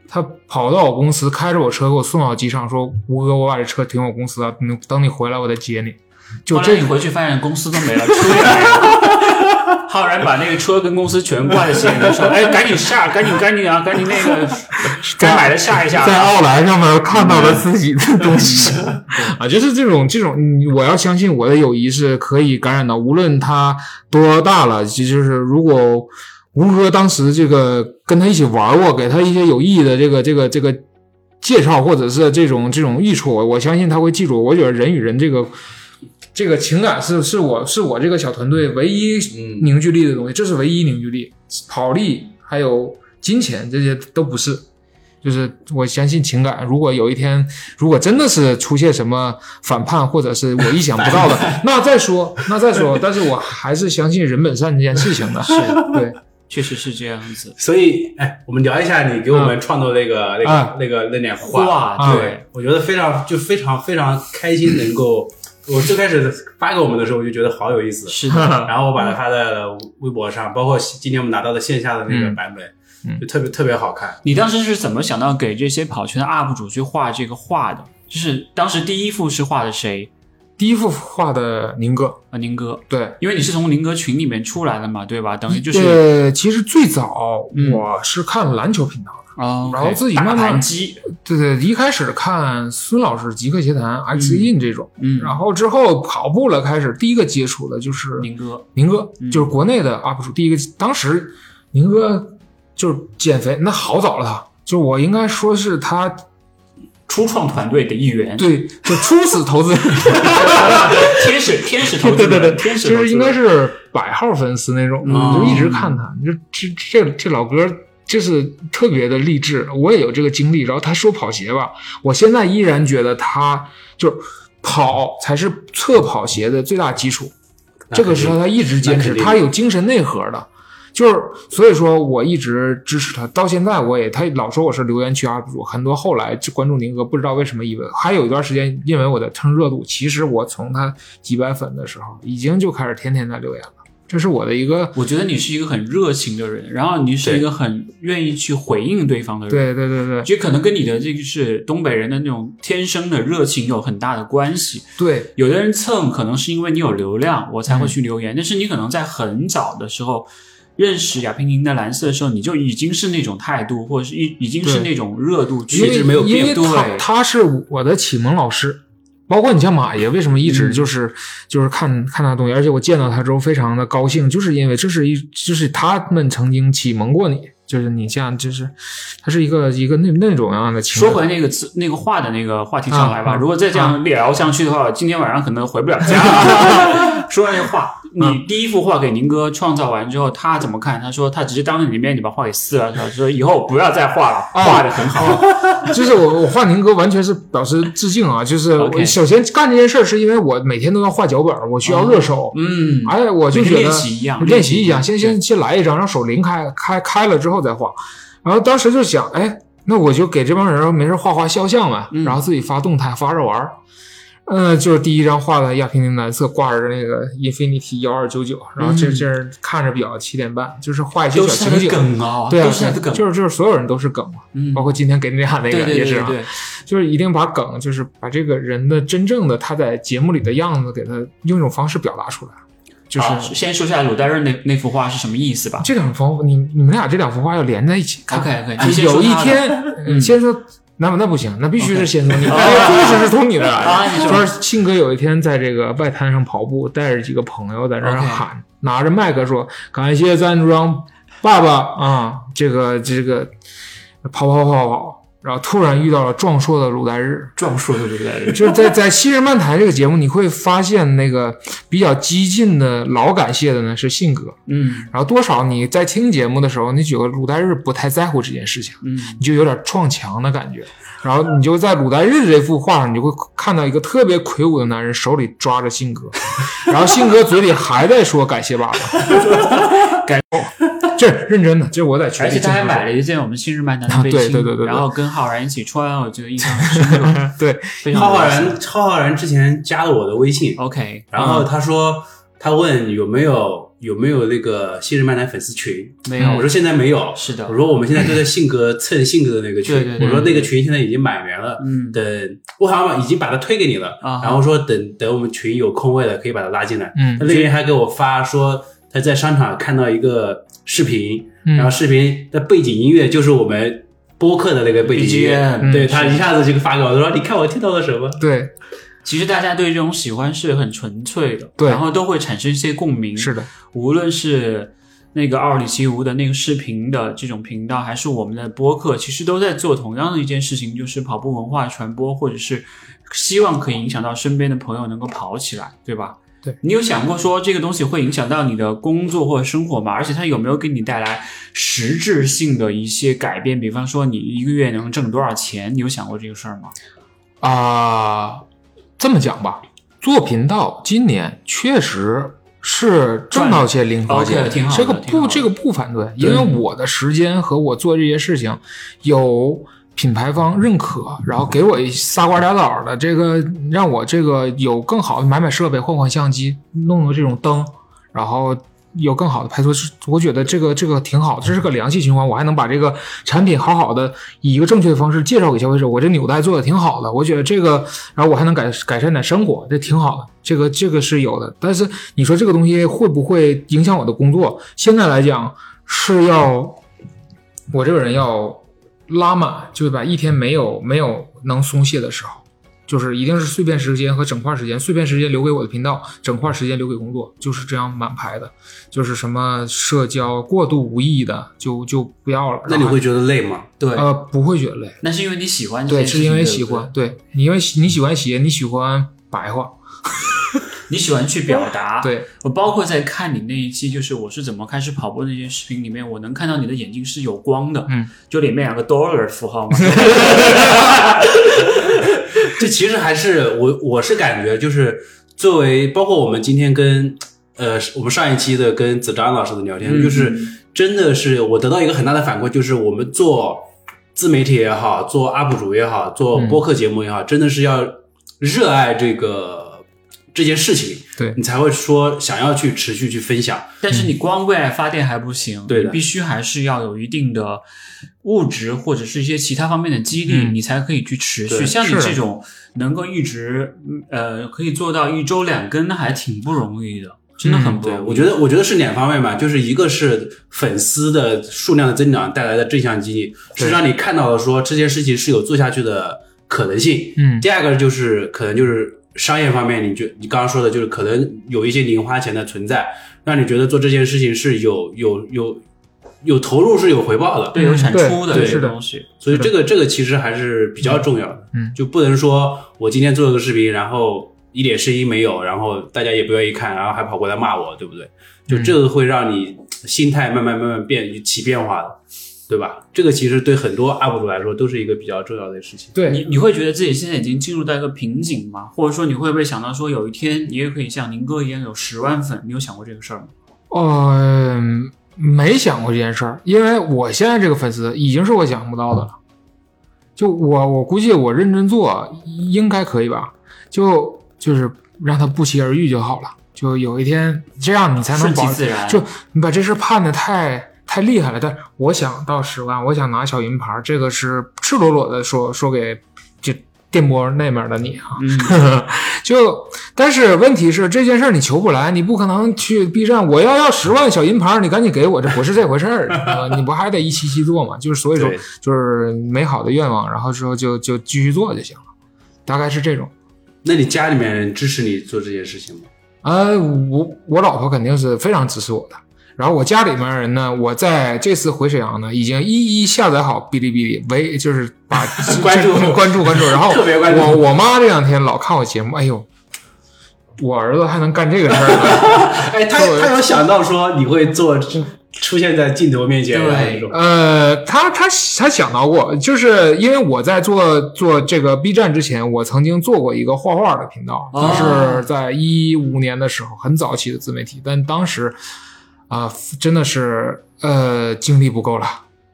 他跑到我公司，开着我车给我送到机场，说吴哥，我把这车停我公司啊，你等你回来我再接你。就
后来
这
你回去发现公司都没了，车也没了。 (laughs) 浩然把那个车跟公司全挂在行李车上，哎，赶紧下，赶紧赶紧啊，赶紧那个
(laughs)
该买的下一下。
在奥莱上面看到了自己的东西啊，就是这种这种，嗯我要相信我的友谊是可以感染到，无论他多大了，就就是如果吴哥当时这个跟他一起玩过，给他一些有意义的这个这个这个介绍，或者是这种这种益处，我相信他会记住。我觉得人与人这个。这个情感是是我是我这个小团队唯一
嗯
凝聚力的东西，这是唯一凝聚力。跑力还有金钱这些都不是，就是我相信情感。如果有一天，如果真的是出现什么反叛，或者是我意想不到的，那再说，那再说。但是我还是相信人本善这件事情的。是，
(laughs)
对，
确实是这样
(laughs)
子。
所以，哎，我们聊一下你给我们创作那个、那个、
嗯啊
那个那点话，
哇，
对
对，
我觉得非常就非常非常开心，能够我最开始发给我们的时候，我就觉得好有意思，
是的，
然后我把它发在了微博上，包括今天我们拿到的线下的那个
嗯
版本，就特别特别好看。
你当时是怎么想到给这些跑圈的 UP 主去画这个画的？就是当时第一幅是画的谁？
第一幅画的宁哥，
啊，宁哥，
对，
因为你是从宁哥群里面出来的嘛，对吧？等于啊就是
呃，其实最早
嗯
我是看篮球频道的，
啊，
然后自己
打
慢慢
盘，机，
对对，一开始看孙老师极客协谈、X In 这种，
嗯，
然后之后跑步了，开始第一个接触的就是
宁哥，
宁哥
嗯，
就是国内的 UP 主，第一个当时宁哥就是减肥，那好早了他，就我应该说是他
初创团队的一员，
对就初次投资人。 (laughs)
天使天使投资人，
对对对
天使
其
投资人
实应该是百号粉丝那种，
嗯
就一直看他。你说这这这老哥就是特别的励志，我也有这个经历。然后他说跑鞋吧，我现在依然觉得他就是跑才是测跑鞋的最大基础，
那
这个
肯
是
定
他一直坚
那
持，
肯定
他有精神内核的。就是所以说我一直支持他，到现在我也他老说我是留言区 UP 主，很多后来就关注宁哥，不知道为什么以为还有一段时间因为我在蹭热度，其实我从他几百粉的时候已经就开始天天在留言了，这是我的一个
我觉得你是一个很热情的人，然后你是一个很愿意去回应对方的人。
对对对对
就可能跟你的这个是东北人的那种天生的热情有很大的关系。
对
有的人蹭，可能是因为你有流量，我才
嗯
会去留言。但是你可能在很早的时候认识亚平宁的蓝色的时候，你就已经是那种态度，或者是已已经是那种热度，
因
其
为
实没有
因
变。
为他
对，
他是我的启蒙老师。包括你像马爷，为什么一
嗯
直就是、就是看看他东西，而且我见到他之后非常的高兴，就是因为这是一就是他们曾经启蒙过你，就是你像就是他是一个一个那那种样的情
说
况。
回那个词那个话的那个话题上来吧。
啊啊
如果再这样聊下去的话，今天晚上可能回不了家
(laughs)
了。说完这话，
嗯
你第一幅画给宁哥创造完之后，他怎么看？他说他直接当着你面你把画给撕了，他说以后不要再画了，
嗯
画的很好。
就是我我画宁哥完全是表示致敬啊！就是
OK
我首先干这件事儿是因为我每天都要画脚本儿，我需要热手，
嗯，
哎，我就
每
觉得
天练习一样
练习一
练
样，
习一
先
样
先先来一张，让手淋开，开开了之后再画。然后当时就想，哎，那我就给这帮人没事画画肖像呗，
嗯
然后自己发动态发着玩儿。嗯、就是第一张画的亚平宁蓝色，挂着那个 Infinity 幺二九九，然后这
嗯
这儿看着表七点半，就是画一些
都
小
是
情
他的
景，
梗啊，
对啊，
都是他的梗，
就是就是所有人都是梗嘛，
嗯
包括今天给你俩那
对
个
对
也
对
是
对
啊，
对，
就是一定把梗，就是把这个人的真正的他在节目里的样子，给他用一种方式表达出来，就是、
啊先说一下鲁代日那那幅画是什么意思吧。
这两幅，你你们俩这两幅画要连在一起看。
OK OK，
就
你先说
有一
他的
天，
嗯
呃先说，那那不行，那必须
OK
是先说你，这
啊
个故事是从你那来
(laughs) 啊你
的。
说
说是信哥有一天在这个外滩上跑步，带着几个朋友在那儿
OK
喊，拿着麦克说：“感谢赞助商爸爸啊，这个这个跑跑跑跑。”然后突然遇到了壮硕的鲁代日，
壮硕的鲁代日，
就是在在《新人漫谈》这个节目，你会发现那个比较激进的老感谢的呢是信哥，
嗯
然后多少你在听节目的时候，你觉得鲁代日不太在乎这件事情，
嗯
你就有点撞墙的感觉。然后你就在鲁代日这幅画上，你就会看到一个特别魁梧的男人手里抓着
(laughs)
信鸽，然后信鸽嘴里还在说感谢爸 (laughs) 爸，
感
哦，这认真的，这我在群
而
里
且他还买了
了，
一件我们新日漫谈的
啊
背
对
心，
对对对对
然后跟浩然一起穿，我觉得印象很深
(laughs)
刻，
对，
非常
浩浩
高兴
然，浩浩然之前加了我的微信，
OK，嗯
然后他说他问有没有有没有那个新人漫谈粉丝群，
没有
嗯
我说现在没有，
是的
我，说我们现在都在信哥蹭信哥的那个群，
对对对
我说那个群现在已经满员了，
嗯
等我好像已经把它推给你了，
啊哈
然后说等等我们群有空位了可以把他拉进来。
嗯
他那天还给我发说他在商场看到一个视频，
嗯
然后视频的背景音乐就是我们。播客的那个背景音乐，
BGM
对他一下子就发给我，说：“你看我听到了什么
对，
其实大家对这种喜欢是很纯粹的，
对
然后都会产生一些共鸣，
是的，
无论是那个奥里奇吴的那个视频的这种频道，还是我们的播客，其实都在做同样的一件事情，就是跑步文化传播，或者是希望可以影响到身边的朋友能够跑起来，对吧？
对
你有想过说这个东西会影响到你的工作或者生活吗？而且它有没有给你带来实质性的一些改变？比方说你一个月能挣多少钱？你有想过这个事儿吗？
啊、这么讲吧，做频道今年确实是挣到些零花
赚了
钱，
，OK，挺好的
这个
挺好
不
的
这个不反对，因为我的时间和我做这些事情有。品牌方认可，然后给我一仨瓜俩枣的，这个让我这个有更好的买买设备，换换相机，弄弄这种灯，然后有更好的排出。是我觉得这个这个挺好，这是个良性循环。我还能把这个产品好好的以一个正确的方式介绍给消费者。我这纽带做的挺好的，我觉得这个，然后我还能改改善点生活，这挺好的。这个这个是有的，但是你说这个东西会不会影响我的工作？现在来讲是要我这个人要拉满，就是把一天没有没有能松懈的时候。就是一定是碎片时间和整块时间，碎片时间留给我的频道，整块时间留给工作，就是这样满排的。就是什么社交过度无意义的，就就不要了。
那你会觉得累吗？
对，
呃不会觉得累？
啊那是因为你喜欢这
对，
件事
是
情，
因为
对不
喜
对
欢，对，你因为喜你喜欢鞋，你喜欢白话，
你喜欢去表达。，
对，
我包括在看你那一期，就是我是怎么开始跑步那些视频里面，我能看到你的眼睛是有光的，
嗯，
就里面两个 dollar 符
(laughs)
号嘛。
这其实还是我我是感觉就是作为包括我们今天跟呃我们上一期的跟子章老师的聊天，就是真的是我得到一个很大的反馈，就是我们做自媒体也好，做 UP 主也好，做播客节目也好，真的是要热爱这个这件事情，
对
你才会说想要去持续去分享。
但是你光为爱发电还不行，
对的
你必须还是要有一定的物质或者是一些其他方面的激励，
嗯
你才可以去持续。
对
像你
是
这种能够一直嗯呃可以做到一周两更，那还挺不容易的，真的很
嗯
不
对，
容易。
我觉得我觉得是两方面吧，就是一个是粉丝的数量的增长带来的正向激励，是让你看到了说这件事情是有做下去的可能性。
嗯
第二个就是可能就是商业方面，你觉你刚刚说的就是可能有一些零花钱的存在，让你觉得做这件事情是有有有有投入是有回报的。
对有产
嗯对
出的
对
这
是
些
的
东西，
所以这个这个其实还是比较重要的，
嗯
就不能说我今天做了个视频，然后一点声音没有，然后大家也不愿意看，然后还跑过来骂我，对不对？就
嗯
这个会让你心态慢慢慢慢变起变化的，对吧？这个其实对很多 UP 主来说都是一个比较重要的事情。
对，
你你会觉得自己现在已经进入到一个瓶颈吗？或者说你会不会想到说有一天你也可以像宁哥一样有十万粉？你有想过这个事儿吗？
呃，没想过这件事儿，因为我现在这个粉丝已经是我想不到的了。就我，我估计我认真做应该可以吧，就就是让他不期而遇就好了。就有一天这样，你才能
顺
保
其自然， (laughs)
就你把这事判的太太厉害了，但我想到十万，我想拿小银牌，这个是赤裸裸的说说给这电波那面的你啊。 (laughs) 就但是问题是这件事儿你求不来，你不可能去 B 站，我要要十万小银牌，你赶紧给我，这不是这回事儿，呃你不还得一期期做嘛？就是所以说
对
就是美好的愿望，然后之后就就继续做就行了，大概是这种。
那你家里面人支持你做这件事情吗？
呃，我我老婆肯定是非常支持我的。然后我家里面人呢，我在这次回沈阳呢，已经一一下载好哔哩哔哩，唯就是把
(laughs) 关注
关注关注。然后
(laughs) 特别关注
我我妈这两天老看我节目，哎呦，我儿子还能干这个事儿呢。
哎，他他有想到说你会做
嗯
出现在镜头面前哎
对
这种，
呃，他他他想到过，就是因为我在做做这个 B 站之前，我曾经做过一个画画的频道，
哦
就是在一五年的时候，很早期的自媒体，但当时啊、真的是呃精力不够了，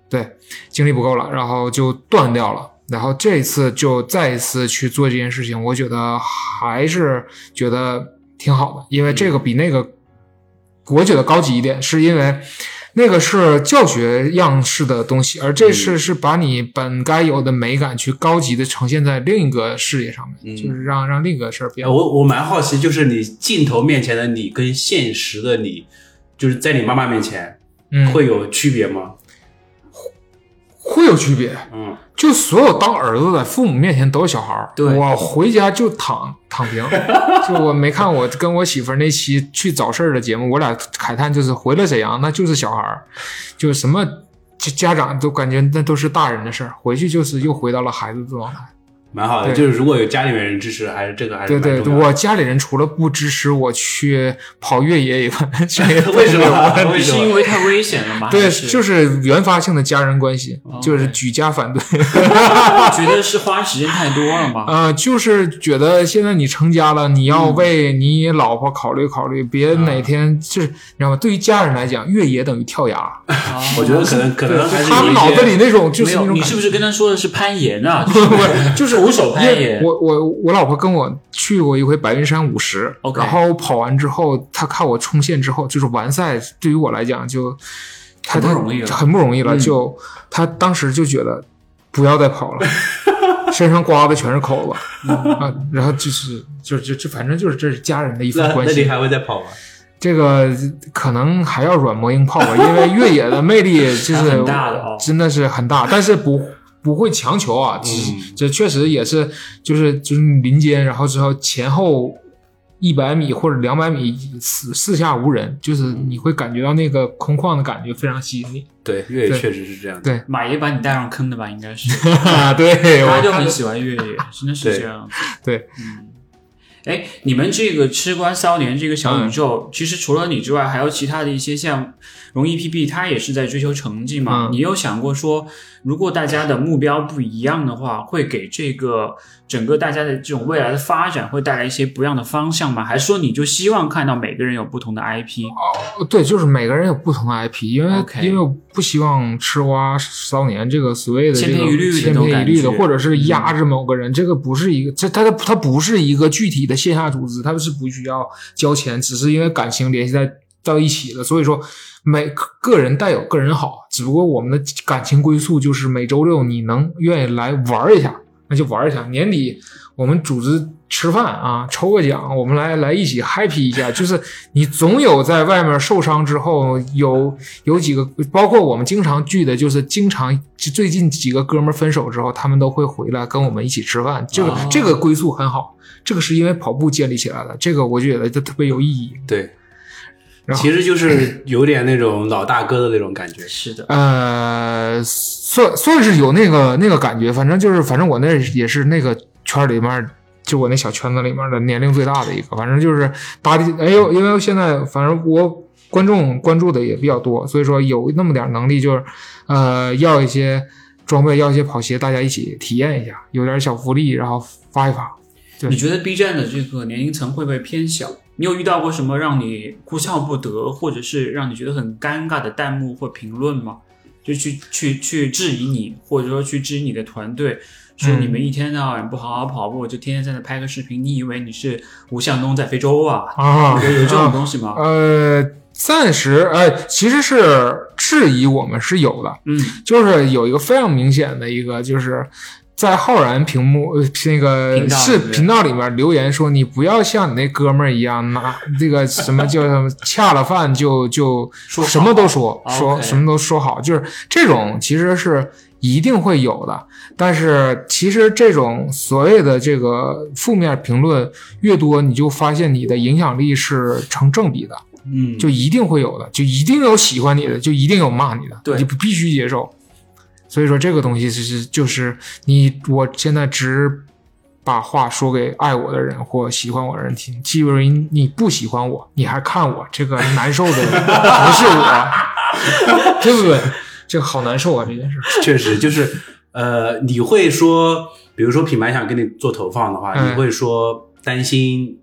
对，精力不够了，然后就断掉了。然后这一次就再一次去做这件事情，我觉得还是觉得挺好的，因为这
嗯
个比那个我觉得高级一点，是因为那个是教学样式的东西，而
嗯
这是是把你本该有的美感去高级的呈现在另一个视野上面，
嗯哦
就是让让另一个事儿变。
我我蛮好奇，就是你镜头面前的你跟现实的你，就是在你妈妈面前
嗯
会有区别吗？
会有区别，
嗯，
就所有当儿子的父母面前都是小孩儿。
对
我回家就躺躺平，就我没看我跟我媳妇儿那期去找事儿的节目，我俩慨叹就是回了沈阳那就是小孩儿，就什么家家长都感觉那都是大人的事儿，回去就是又回到了孩子的状态。
蛮好的。
对
就是如果有家里面人支持，还是这个还是
对对，
蛮重要的
我家里人除了不支持我去跑越野以外， (laughs)
为
为
什
(laughs)
么？为什
是
么？
因为太危险了吗？
对，
还是
就是原发性的家人关系，就是举家反对。
(laughs) 觉得是花时间太多了
(laughs)
吗？啊
呃，就是觉得现在你成家了，你要
嗯
为你老婆考虑考虑，别哪天就是你知道吗？对于家人来讲，越野等于跳崖，
啊
我呃觉得可能可能还是
他
有
们
一
脑子
些
里那种就
没
是那
有，
种
你
感
是
觉。 (laughs)
不是跟他说的是攀岩啊？
不是，就是
徒手攀岩，
我我我老婆跟我去过一回白云山五十
OK
然后跑完之后，她看我冲线之后，就是完赛对于我来讲就，她
很不
她
容易了
很不容易了，
嗯
就她当时就觉得不要再跑
(laughs)
了，身上刮的全是口子
嗯
啊，然后就是就就就反正就是这是家人的一份
那
关
那你
系，
还会再跑吗？
这个可能还要软磨硬泡吧，因
(laughs)
为越野的魅力就是
很大的哦
真的是很大，但是不不会强求啊，这、
嗯
这确实也是就是就是林间，然后之后前后一百米或者两百米四四下无人，就是
嗯
你会感觉到那个空旷的感觉非常吸引
(laughs)
你。
对，越野
对
确实是这样的。
对
马爷把你带上坑的吧，应该是，
啊，对，
他就
我
很喜欢越野，真的是
对
这样。
对，
嗯，哎，你们这个吃瓜骚年这个小宇宙，其实除了你之外，还有其他的一些像容易 PB，他也是在追求成绩嘛。
嗯
你有想过说，如果大家的目标不一样的话，会给这个整个大家的这种未来的发展会带来一些不一样的方向吗？还是说你就希望看到每个人有不同的 IP？
对，就是每个人有不同的 IP，因为
OK
因为我不希望吃瓜骚年这个所谓的这
千
个
篇一律的
千
那种
篇一
感
律的，
觉嗯
或者是压制某个人，这个不是一个，这它它它不是一个具体的线下组织，它是不需要交钱，只是因为感情联系在到一起了，所以说每个人带有个人好，只不过我们的感情归宿就是每周六你能愿意来玩一下，那就玩一下。年底我们组织吃饭啊，抽个奖，我们来来一起 happy 一下。就是你总有在外面受伤之后，有有几个，包括我们经常聚的，就是经常最近几个哥们儿分手之后，他们都会回来跟我们一起吃饭。这个、
哦
这个归宿很好，这个是因为跑步建立起来的，这个我觉得就特别有意义。
对，
然后
其实就是有点那种老大哥的那种感
(laughs)
觉。
是的，
呃，算算是有那个那个感觉，反正就是，反正我那也是那个圈儿里面儿，就我那小圈子里面儿的年龄最大的一个，反正就是打的，哎呦，因为现在反正我观众关注的也比较多，所以说有那么点儿能力，就是呃要一些装备，要一些跑鞋，大家一起体验一下，有点儿小福利，然后发一发。对
你觉得 B 站的这个年龄层会不会偏小？你有遇到过什么让你哭笑不得，或者是让你觉得很尴尬的弹幕或评论吗？就去去去质疑你，或者说去质疑你的团队，说
嗯
你们一天到晚不好好跑步，就天天在那拍个视频，你以为你是吴向东在非洲啊？
啊，
有有这种
啊
东西吗？
呃，暂时呃，其实是质疑我们是有的，
嗯，
就是有一个非常明显的一个，就是在浩然屏幕呃那
频
个
道
视
里面
频道里面留言说，你不要像你那哥们儿一样拿这个什么叫什么恰了饭就就
说好
什么都说
啊
说
OK
什么都说好，就是这种其实是。一定会有的，但是其实这种所谓的这个负面评论越多，你就发现你的影响力是成正比的，
嗯，
就一定会有的，就一定有喜欢你的，就一定有骂你的，
对
你必须接受。所以说这个东西就是就是你，我现在只把话说给爱我的人或喜欢我的人听，基本上你不喜欢我，你还看我这个难受的不是
(laughs)
我，对不对？这个好难受啊，这件事。
确实就是，呃，你会说，比如说品牌想给你做投放的话，
嗯
你会说担心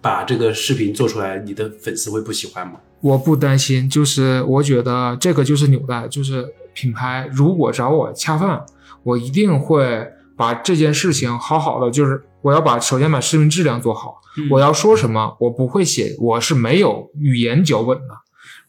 把这个视频做出来，你的粉丝会不喜欢吗？
我不担心，就是我觉得这个就是纽带，就是品牌如果找我恰饭，我一定会把这件事情好好的，就是我要把首先把视频质量做好，
嗯
我要说什么，我不会写，我是没有语言脚本的。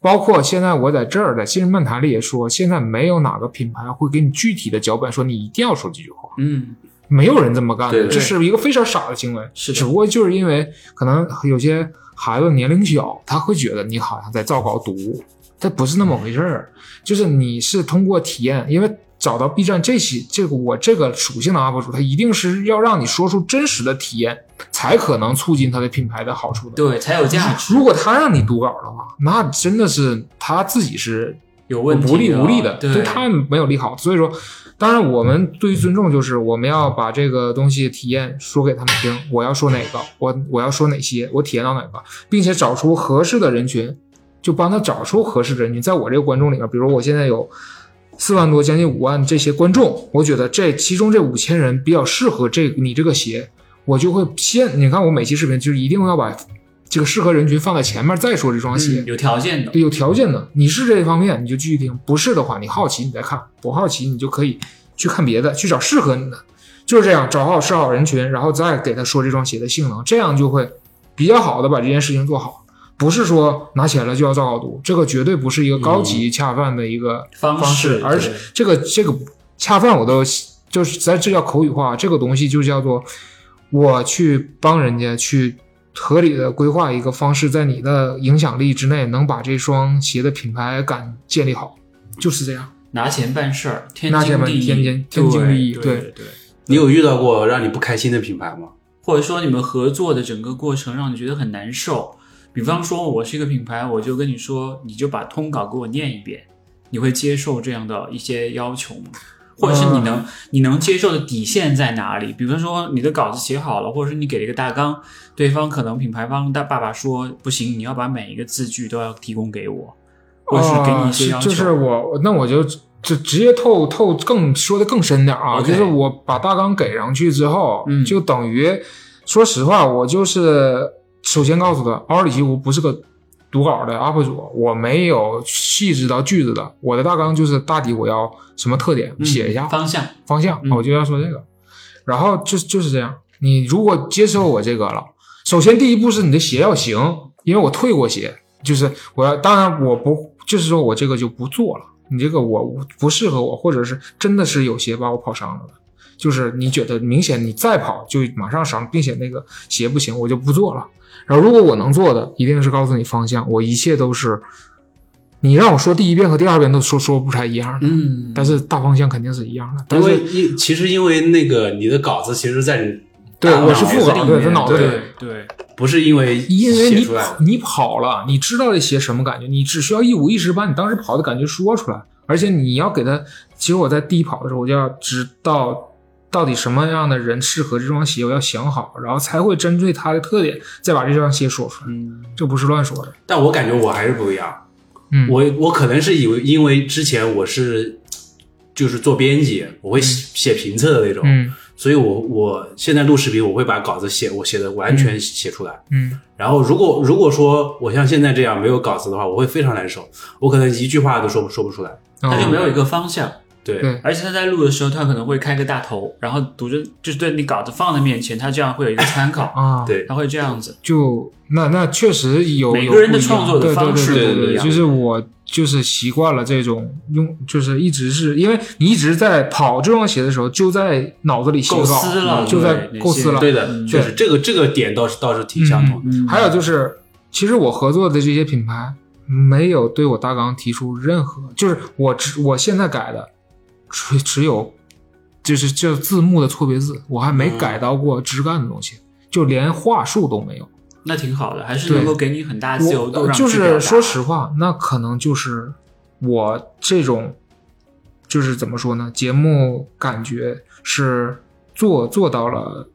包括现在我在这儿在《新人漫谈》里也说，现在没有哪个品牌会给你具体的脚本，说你一定要说这句话。
嗯，
没有人这么干
对
的，
对
这是一个非常傻的行为。
是的
只不过就是因为可能有些孩子年龄小，他会觉得你好像在造稿读，这不是那么回事儿。就是你是通过体验，因为找到 B 站这期这个我这个属性的 UP 主，他一定是要让你说出真实的体验，才可能促进他的品牌的好处的。
对，才有价值。
如果他让你读稿的话，那真的是他自己是
有问题
无力无力的，
对，
他没有利好。所以说，当然我们对于尊重就是我们要把这个东西体验说给他们听，我要说哪个，我我要说哪些，我体验到哪个，并且找出合适的人群，就帮他找出合适的人群。在我这个观众里面，比如我现在有。四万多，将近五万这些观众，我觉得这其中这五千人比较适合这你这个鞋，我就会先你看我每期视频就是一定要把这个适合人群放在前面再说这双鞋，
嗯有条件的，
对，有条件的，你是这一方面你就继续听，不是的话你好奇你再看，不好奇你就可以去看别的，去找适合你的。就是这样，找好适好人群，然后再给他说这双鞋的性能，这样就会比较好的把这件事情做好。不是说拿起来了就要造高度，这个绝对不是一个高级恰饭的一个
方
式，
式
而是这个这个恰饭我都就是咱这叫口语化，这个东西就叫做我去帮人家去合理的规划一个方式，在你的影响力之内，能把这双鞋的品牌感建立好，就是这样。
拿钱办事儿，天
拿钱
经
办
地义，
天经天经地义
对
对
对对。
你有遇到过让你不开心的品牌吗？
或者说你们合作的整个过程让你觉得很难受。比方说，我是一个品牌，我就跟你说，你就把通稿给我念一遍，你会接受这样的一些要求吗？或者是你
呃
能、你能接受的底线在哪里？比方说你的稿子写好了，或者是你给了一个大纲，对方可能品牌方大爸爸说不行，你要把每一个字句都要提供给我，或者是给你一些
哦
要求。
是就是我，那我就就直接透透更说的更深点啊
OK
就是我把大纲给上去之后，
嗯
就等于说实话，我就是首先告诉他，奥里吉乌不是个读稿的 UP 主，我没有细致到句子的，我的大纲就是大体我要什么特点、
嗯
写一下，
方向，
方向，
嗯
我就要说这个。然后就就是这样，你如果接受我这个了，首先第一步是你的鞋要行，因为我退过鞋，就是我要，当然我不就是说我这个就不做了，你这个我我不适合我，或者是真的是有鞋把我跑伤了的。就是你觉得明显你再跑就马上伤，并且那个鞋不行，我就不做了。然后如果我能做的，一定是告诉你方向，我一切都是，你让我说第一遍和第二遍都说说不出来一样的，
嗯，
但是大方向肯定是一样的。但
因
是
为因其实因为那个你的稿子，其实在你
对，
大脑
我是副
里
稿，对，
面
在脑子里。
对对，
不是因为
因为
写
你
出来的，
你跑了，你知道这鞋什么感觉，你只需要一五一十把你当时跑的感觉说出来，而且你要给他。其实我在第一跑的时候，我就要知道到底什么样的人适合这双鞋，我要想好，然后才会针对他的特点再把这双鞋说出来。
嗯，
这不是乱说的。
但我感觉我还是不一样。
嗯
我我可能是以为因为之前我是就是做编辑，我会写写评测的那种，
嗯
所以我我现在录视频，我会把稿子写我写的完全写出来。
嗯
然后如果如果说我像现在这样没有稿子的话，我会非常难受，我可能一句话都说不说不出来。
他就
哦
没有一个方向。
对，
对
而且他在录的时候，他可能会开个大头，然后读着就是对你稿子放在面前，他这样会有一个参
(laughs)
考，
啊，
对
他会这样子。
就那那确实有
每
有
个人
不
的
一样
创作的
对
方式
对对
不
对
一
对
样
就是我就是习惯了这种用，就是一直是因为你一直在跑这双鞋的时候，就在脑子里写
构
稿
思了
就在
对那
构思
些
了。
对的，
嗯
确实这个这个点倒是倒是挺相同的。
嗯
还有就是，其实我合作的这些品牌没有对我大纲提出任何，就是我只我现在改的，只只有就是这字幕的错别字，我还没
嗯
改到过枝干的东西，就连话术都没有。
那挺好的，还是
对
能够给你很大自由度，
我呃
让你
就
去表达
是说实话，那可能就是我这种，就是怎么说呢？节目感觉是做做到了，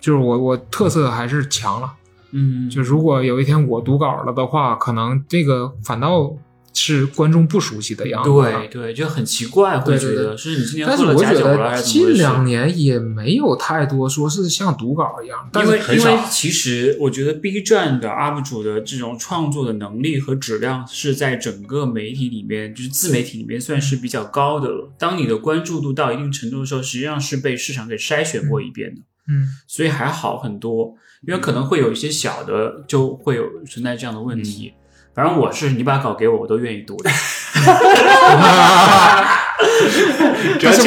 就是我我特色还是强了。
嗯，
就如果有一天我读稿了的话，可能这个反倒是观众不熟悉的样子。
对。对，就很奇怪，会
对
觉
对
得是你今天
但是
喝了
我
假
觉
酒了
得
还是怎么
近
回事？
两年也没有太多说是像读稿一样，但
因
是
为
很
因为
少
其实我觉得 B 站的 UP 主的这种创作的能力和质量是在整个媒体里面，就是自媒体里面算是比较高的了。当你的关注度到一定程度的时候，实际上是被市场给筛选过一遍的， (laughs)
嗯，
所以还好很多。因为可能会有一些小的，就会有存在这样的问题。反正我是你把稿给我，我都愿意读的。
(laughs)
但是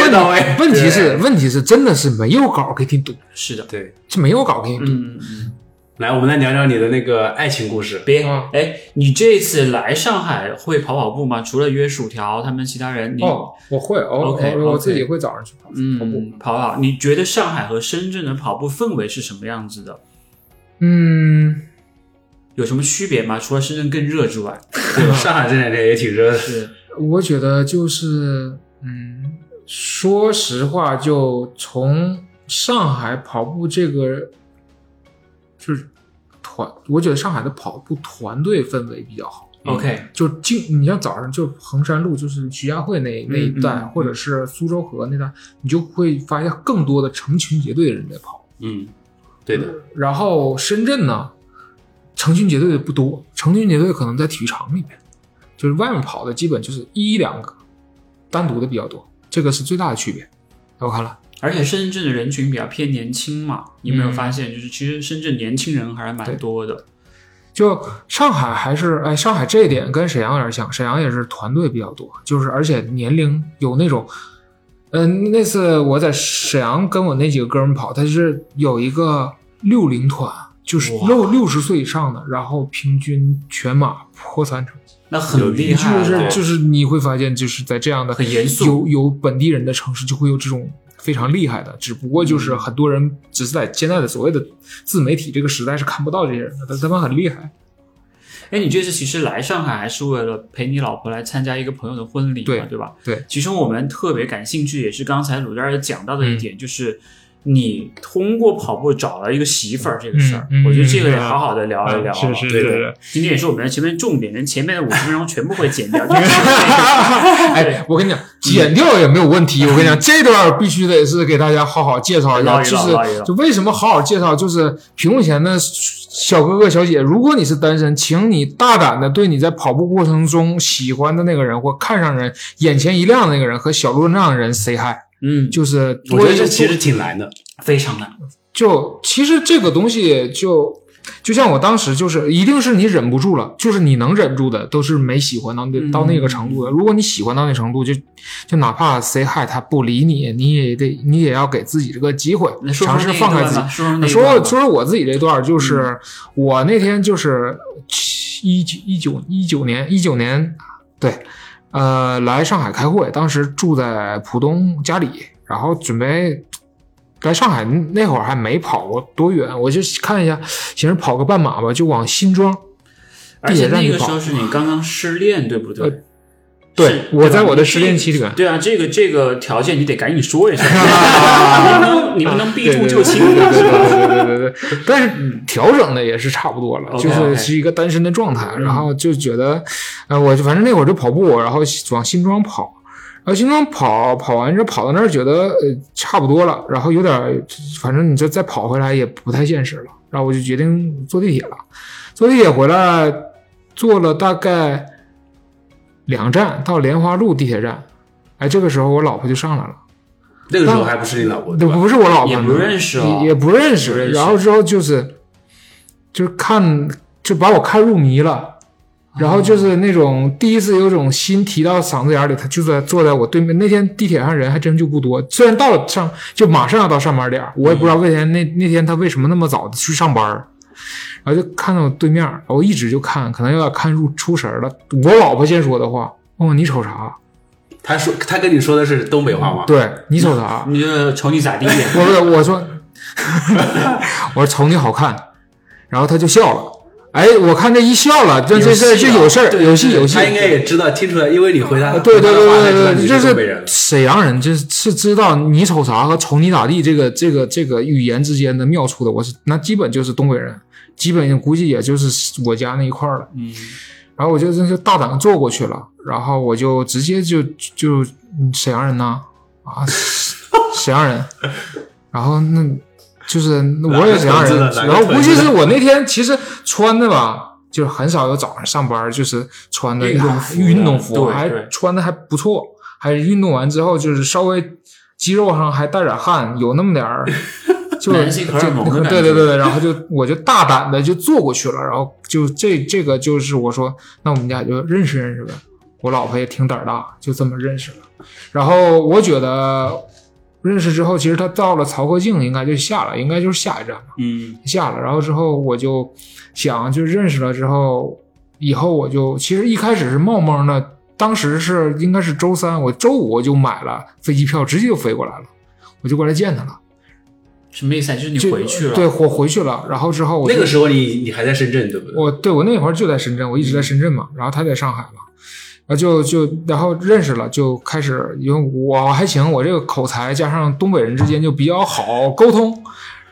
问题问题是问题是真的是没有稿给你读，
是的，
对，
这没有稿给你读。
嗯，嗯
来，我们来聊聊你的那个爱情故 (laughs) 事。
别
嗯
哎，你这次来上海会跑跑步吗？除了约薯条他们其他人，你
哦，我会，我
OK，
我我
OK
自己会早上去跑跑步
嗯，。跑跑，你觉得上海和深圳的跑步氛围是什么样子的？
嗯，
有什么区别吗？除了深圳更热之外，
上海这两天也挺热的，
是
我觉得就是，嗯，说实话，就从上海跑步这个，就是团，我觉得上海的跑步团队氛围比较好。
OK，
就经你像早上就衡山路，就是徐家汇那那一带，
嗯嗯
或者是苏州河那带，你就会发现更多的成群结队的人在跑。
嗯，对的，
然后深圳呢，成群结队的不多，成群结队可能在体育场里面，就是外面跑的基本就是一两个，单独的比较多，这个是最大的区别。我看了，
而且深圳的人群比较偏年轻嘛，你有没有发现？就是其实深圳年轻人还是蛮多的。
就上海还是哎，上海这一点跟沈阳有点像，沈阳也是团队比较多，就是而且年龄有那种，嗯、那次我在沈阳跟我那几个哥们跑，他是有一个六零团，就是六六十岁以上的，然后平均全马破三成，
那很厉害
就
了，
是就是你会发现就是在这样的
很严肃
有有本地人的城市就会有这种。非常厉害的，只不过就是很多人只是在现在的所谓的自媒体这个时代是看不到这些人的，但是他们很厉害。
哎，你这次其实来上海还是为了陪你老婆来参加一个朋友的婚礼嘛，
对
对吧？
对。
其实我们特别感兴趣，也是刚才鲁家也讲到的一点，就是你通过跑步找了一个媳妇儿这个事儿，
嗯嗯
我觉得这个
嗯
得好好的聊一聊啊。
是是
对的
是。
今天也是我们前面重点，前面的五十分钟全部会 (laughs) 剪掉，
(laughs)
因为
哎，我跟你讲，剪掉也没有问
(laughs)
题。我跟你讲，这段必须得是给大家好好介绍一下，
唠一
就
唠
是
唠一唠
就为什么好好介绍，就是屏幕前的小哥哥小姐，如果你是单身，请你大胆的对你在跑步过程中喜欢的那个人或看上人、眼前一亮的那个人和小路上的人 say hi，
嗯，
就是
我觉
多
得
一
这
个
其实挺难的，
非常难。
就其实这个东西就。就像我当时就是，一定是你忍不住了，就是你能忍住的，都是没喜欢到那
嗯
到那个程度的。如果你喜欢到那程度，就就哪怕 say hi 他不理你，你也得你也要给自己这个机会
那，说
尝
说
试
那一
放开
段
自己
吧，。说说那一
说
段吧嗯
说说我自己这段儿，就是、我那天就是一九一九一九年一九年，对，呃，来上海开会，当时住在浦东家里，然后准备来上海那会儿还没跑过多远，我就看一下，寻思跑个半马吧，就往新庄。
而且那
地铁
个时
站就跑
候是你刚刚失恋，对不对？
呃对，
是
我在
吧
我的
你
失
这
恋
个
期里面，
对啊，这个这个条件你得赶紧说一
(laughs)
下，你不能你不能避重就轻
对对
啊。
对对对对。但是调整的也是差不多了，
OK，
就是
OK 嗯
是一个单身的状态，然后就觉得，呃，我就反正那会儿就跑步，然后往新庄跑。然后新庄跑跑完之后跑到那儿觉得呃差不多了，然后有点儿，反正你这再跑回来也不太现实了，然后我就决定坐地铁了。坐地铁回来，坐了大概两站到莲花路地铁站，哎，这个时候我老婆就上来了。
那个时候还不是你老婆，对
对，
吧？
不是我老婆，
也不认识哦
也也不认识。
不认识
然后之后就是，就是看，就把我看入迷了。然
哦
后就是那种第一次有种心提到嗓子眼里，他就在坐在我对面。那天地铁上人还真就不多，虽然到了上就马上要到上班点儿我也不知
嗯
道为啥那那天他为什么那么早的去上班儿然后就看到我对面儿，我一直就看，可能有点看入出神儿了。我老婆先说的话，问我你瞅啥？
他说他跟你说的是东北话吗？
对你瞅啥？
你就瞅你咋地，
我不是我说， (laughs) 我说瞅你好看，然后他就笑了。哎，我看这一笑了，这这这
有戏
这
了
有事儿，
对
有戏有戏
他。应该也知道，听出来，因为你回答
对对对
啊他的话才知道
对
你
对，
是
就
东北人
是。沈阳人，就是是知道你瞅啥和瞅你咋地这个这个这个语言之间的妙处的。我是那基本就是东北人，基本估计也就是我家那一块儿了。
嗯，
然后我就真是大胆坐过去了，然后我就直接就就嗯沈阳人呐啊，沈阳
(laughs)
人，然后那就是那我也沈阳人，
哪个屯子的
然
哪
后
个屯
估
子
计
的
是我那天其实穿的吧，就是很少有早上上班就是穿的
运动服
运动服
对
还
对
穿的还不错，还运动完之后就是稍微肌肉上还带点汗，有那么
(laughs)
点儿。就
男性荷尔蒙的
就
感觉
对对对对，然后就我就大胆的就坐过去了，然后就这这个就是我说，那我们俩就认识认识呗。我老婆也挺胆儿大，就这么认识了。然后我觉得认识之后，其实她到了曹河泾应该就下了，应该就是下一站吧，
嗯，
下了。然后之后我就想，就认识了之后，以后我就其实一开始是冒蒙的，当时是应该是周三，我周五我就买了飞机票，直接就飞过来了，我就过来见她了。
什么意思啊？就是你
就
回去了，
对，我回去了。然后之后我就
那个时候你你还在深圳对不对？
我对我那会儿就在深圳，我一
嗯
直在深圳嘛，然后他在上海嘛，然后就就然后认识了，就开始因为我还行，我这个口才加上东北人之间就比较好沟通，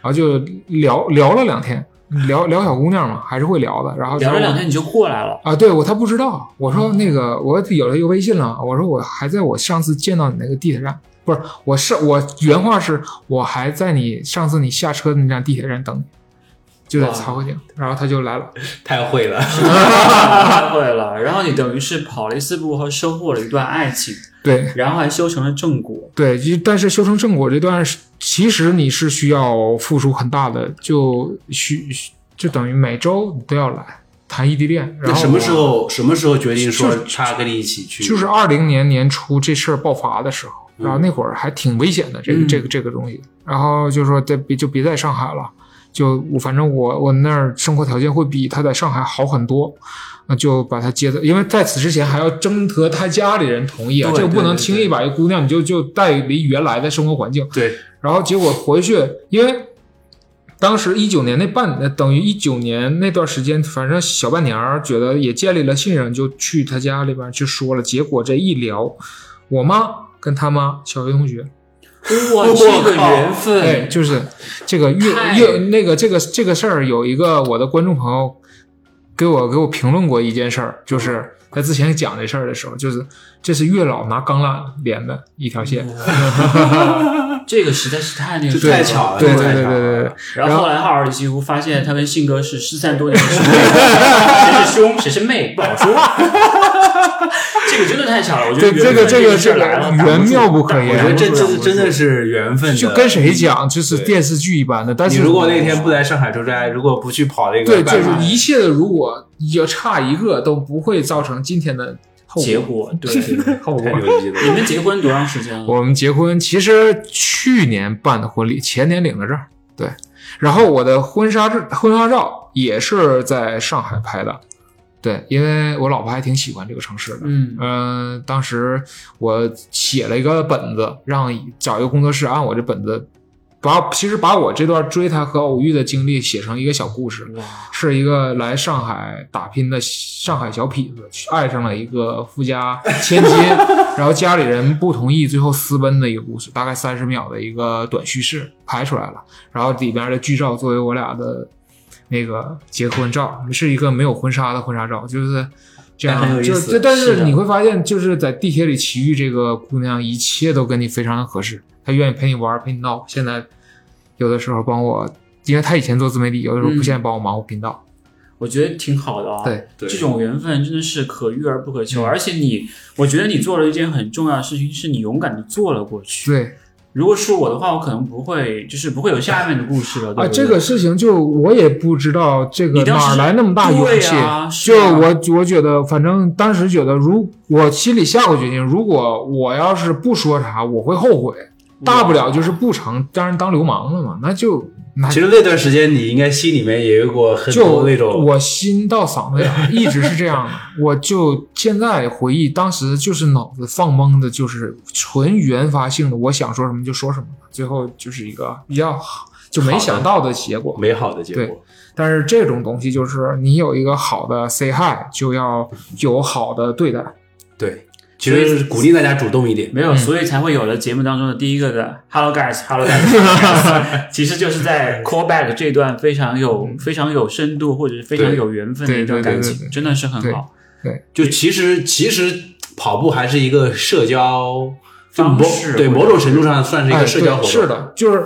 然后就聊聊了两天，聊聊小姑娘嘛，还是会聊的。然后
嗯聊了
之后
两天你就哦过来
(laughs)
了， (laughs)
啊，对我他不知道，我说那个我有了一个微信了，我说我还在我上次见到你那个地铁站，不是我是我原话是我还在你上次你下车的那站地铁站等你。就在曹河井，然后他就来了。
太会了，
太会了。然后你等于是跑了一次步和收获了一段爱情，
对
然后还修成了正果。
对，就但是修成正果这段是，其实你是需要付出很大的，就需就等于每周你都要来谈异地恋。
(laughs)
然
那
后
什么时候什么时候决定说
就是
他跟你一起去？
就是二零年年初这事儿爆发的时候，
嗯
然后那会儿还挺危险的，这个、这个这个东西。然后就说再别就别在上海了，就我反正我我那儿生活条件会比他在上海好很多，那就把他接的，因为在此之前还要征得他家里人同意啊，
对
这个不
对
能
对
轻易把一个姑娘你就就带离原来的生活环境。
对，
然后结果回去，因为当时一九年那半，呃等于一九年那段时间，反正小半年儿觉得也建立了信任，就去他家里边去说了。结果这一聊，我妈跟他妈小学同学，
哇，
我
这个
靠
缘分，
哎，就是这个越
太
越那个这个这个事儿，有一个我的观众朋友给我给我评论过一件事儿，就是在之前讲这事儿的时候，就是这是月老拿钢缆连的一条线，
(laughs) 这个实在是太那个
这太巧了，
对
这
对
太
对对
巧了
对对。
然后后来哈尔几乎发现他跟信哥是失散多年的
(laughs)
兄妹，谁是兄谁是妹不好说。这个真的太巧了，我觉得
对这个
缘分
这个
事
这
儿
个
来了
缘妙哎不可言，
我觉得这这是真的是缘分的，啊
就跟谁讲，就是电视剧一般的。但
你
是
如果那天不来上海出差，如果不去跑那个
对，
半
就
马
是一切的，如果要差一个，都不会造成今天的后
结
果。
果
(laughs)
对，
(laughs)
后果
太。牛逼了。
你们结婚多长时间了？
我们结婚其实去年办的婚礼，前年领的证，对。然后我的婚纱照婚纱照也是在上海拍的，对，因为我老婆还挺喜欢这个城市的，
嗯，
嗯，当时我写了一个本子，让找一个工作室按我这本子，把其实把我这段追她和偶遇的经历写成一个小故事，是一个来上海打拼的上海小痞子，爱上了一个富家千金， (laughs) 然后家里人不同意，最后私奔的一个故事，大概三十秒的一个短叙事拍出来了，然后里边的剧照作为我俩的那个结婚照，是一个没有婚纱的婚纱照，就是这样，
哎但很有意
就
思
就但
是
是
的
你会发现，就是在地铁里奇遇这个姑娘，一切都跟你非常合适，她愿意陪你玩，陪你闹。现在有的时候帮我，因为她以前做自媒体，有的时候
嗯
不现在帮我忙活频道，
我觉得挺好的啊。
对，嗯
对
这种缘分真的是可遇而不可求，而且你，我觉得你做了一件很重要的事情，是你勇敢的做了过去。
对
如果是我的话，我可能不会，就是不会有下面的故事了。对
啊，
不对
这个事情就我也不知道这个
你当时
哪来那么大勇气。
对啊是
就
啊
我我觉得，反正当时觉得如，我心里下过决定，如果我要是不说啥，我会后悔。大不了就是不成，当然当流氓了嘛，那就那
其实那段时间你应该心里面也有过很
就
多那种，
我心到嗓子眼儿，一直是这样的。我就现在回忆，当时就是脑子放懵的，就是纯原发性的，我想说什么就说什么，最后就是一个比较好就没想到的结果。
美好的结
对
果。
但是这种东西就是你有一个好的 say hi，就要有好的对待。
对，其实鼓励大家主动一点。
没有，所以才会有了节目当中的第一个的 “Hello guys”，“Hello
(laughs)
guys”，其实就是在 callback 这段非常有、非常有深度或者是非常有缘分的一段感
对对
情，
对对
真的是很好。
就其实其实跑步还是一个社交就
方
某
式
对
我觉
某
得
种程度上算是一
哎，
个
对，
社交活动。
是，的，就是，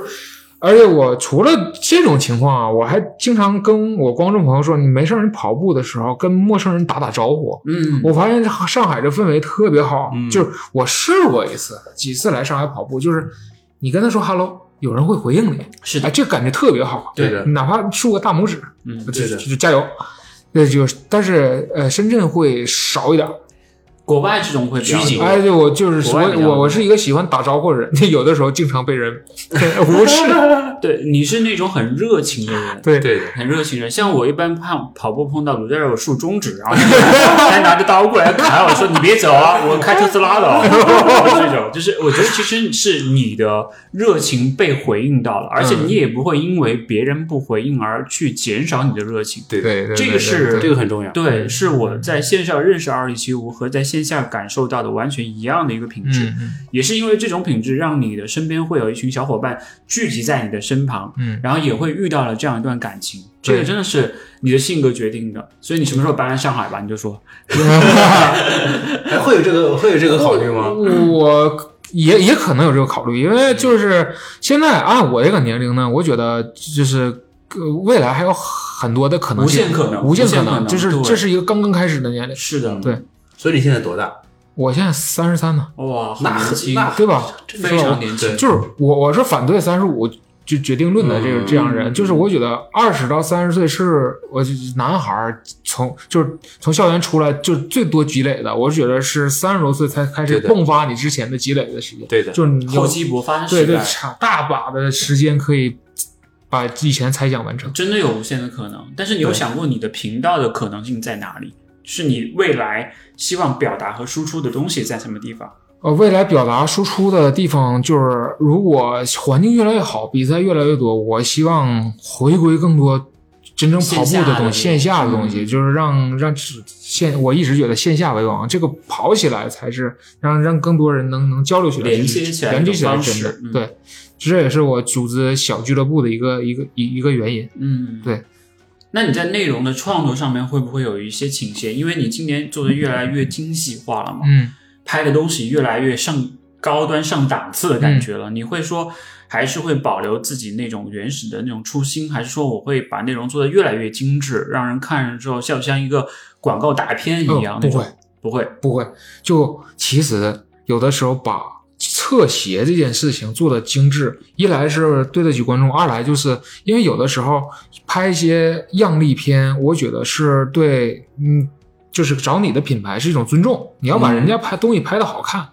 而且我除了这种情况啊，我还经常跟我观众朋友说，你没事儿，你跑步的时候跟陌生人打打招呼。
嗯，
我发现上海这氛围特别好，
嗯
就是我试过一次，几次来上海跑步，就是你跟他说 “hello”，有人会回应你，
是
哎，
的，
这感觉特别好，
对的
哪怕竖个大拇指，
嗯，
就
对的
就加油，那就是，但是呃，深圳会少一点儿，
国外这种会比较
拘谨
多
哎，对我就
国
是所
外
以
比较
我我是一个喜欢打招呼的人，有的时候经常被人 (laughs) 无视，
对，你是那种很热情的人。
对
对的。
很热情的人，像我一般怕跑步碰到鲁代尔，我竖中指，然后 (laughs) 还拿着刀过来砍我，说你别走啊，我开特斯拉的、哦，就是这种，就是我觉得其实是你的热情被回应到了，而
嗯
且你也不会因为别人不回应而去减少你的热情。
对对对，
这个
对
是
对嗯
这个很重要，
对，是我在线上认识二零七五和在线下感受到的完全一样的一个品质，
嗯嗯
也是因为这种品质，让你的身边会有一群小伙伴聚集在你的身旁，
嗯，
然后也会遇到了这样一段感情，这
对
个真的是你的性格决定的。所以你什么时候搬来上海吧，你就说
哎，会有这个会有这个考虑吗？
我也也可能有这个考虑，因为就是现在按我这个年龄呢，我觉得就是呃未来还有很多的可能
无
性，
限可能
无限
无限可能
这是
对
这是一个刚刚开始的年龄。
是的，
对
所以你现在多大？
我现在三十三呢，
哇，
那
很年
很
轻，
那
(laughs)
对吧？
非常年轻，
就是我我是反对三十五就决定论的这个这样
嗯
人，就是我觉得二十到三十岁是我就是男孩儿从就是从校园出来就最多积累的，我觉得是三十多岁才开始
对的
迸发你之前的积累的时间，
对的
就是你有
厚积薄发的哎
对
时
对
代，
差大把的时间可以把以前猜想完成。
真的有无限的可能。但是你有想过你的频道的可能性在哪里？是你未来希望表达和输出的东西在什么地方？
呃，未来表达输出的地方就是，如果环境越来越好，比赛越来越多，我希望回归更多真正跑步的东西，嗯线
线
下
下的
的东西，就是让让线，我一直觉得线下为王，这个跑起来才是让让更多人能能交流起来，
连接起来
连接起来
的
是
方
真的
式，嗯
对，这也是我组织小俱乐部的一个一个一一个原因。
嗯，
对。
那你在内容的创作上面会不会有一些倾斜？因为你今年做的越来越精细化了嘛，
嗯，
拍的东西越来越上高端、上档次的感觉
嗯
了。你会说还是会保留自己那种原始的那种初心，还是说我会把内容做的越来越精致，让人看了之后像像一个广告大片一样
哦
那
不
种？
会
不会，
不会，就其实有的时候把侧鞋这件事情做的精致，一来是对得起观众，二来就是因为有的时候拍一些样例片，我觉得是对，嗯，就是找你的品牌是一种尊重，你要把人家拍东西拍的好看。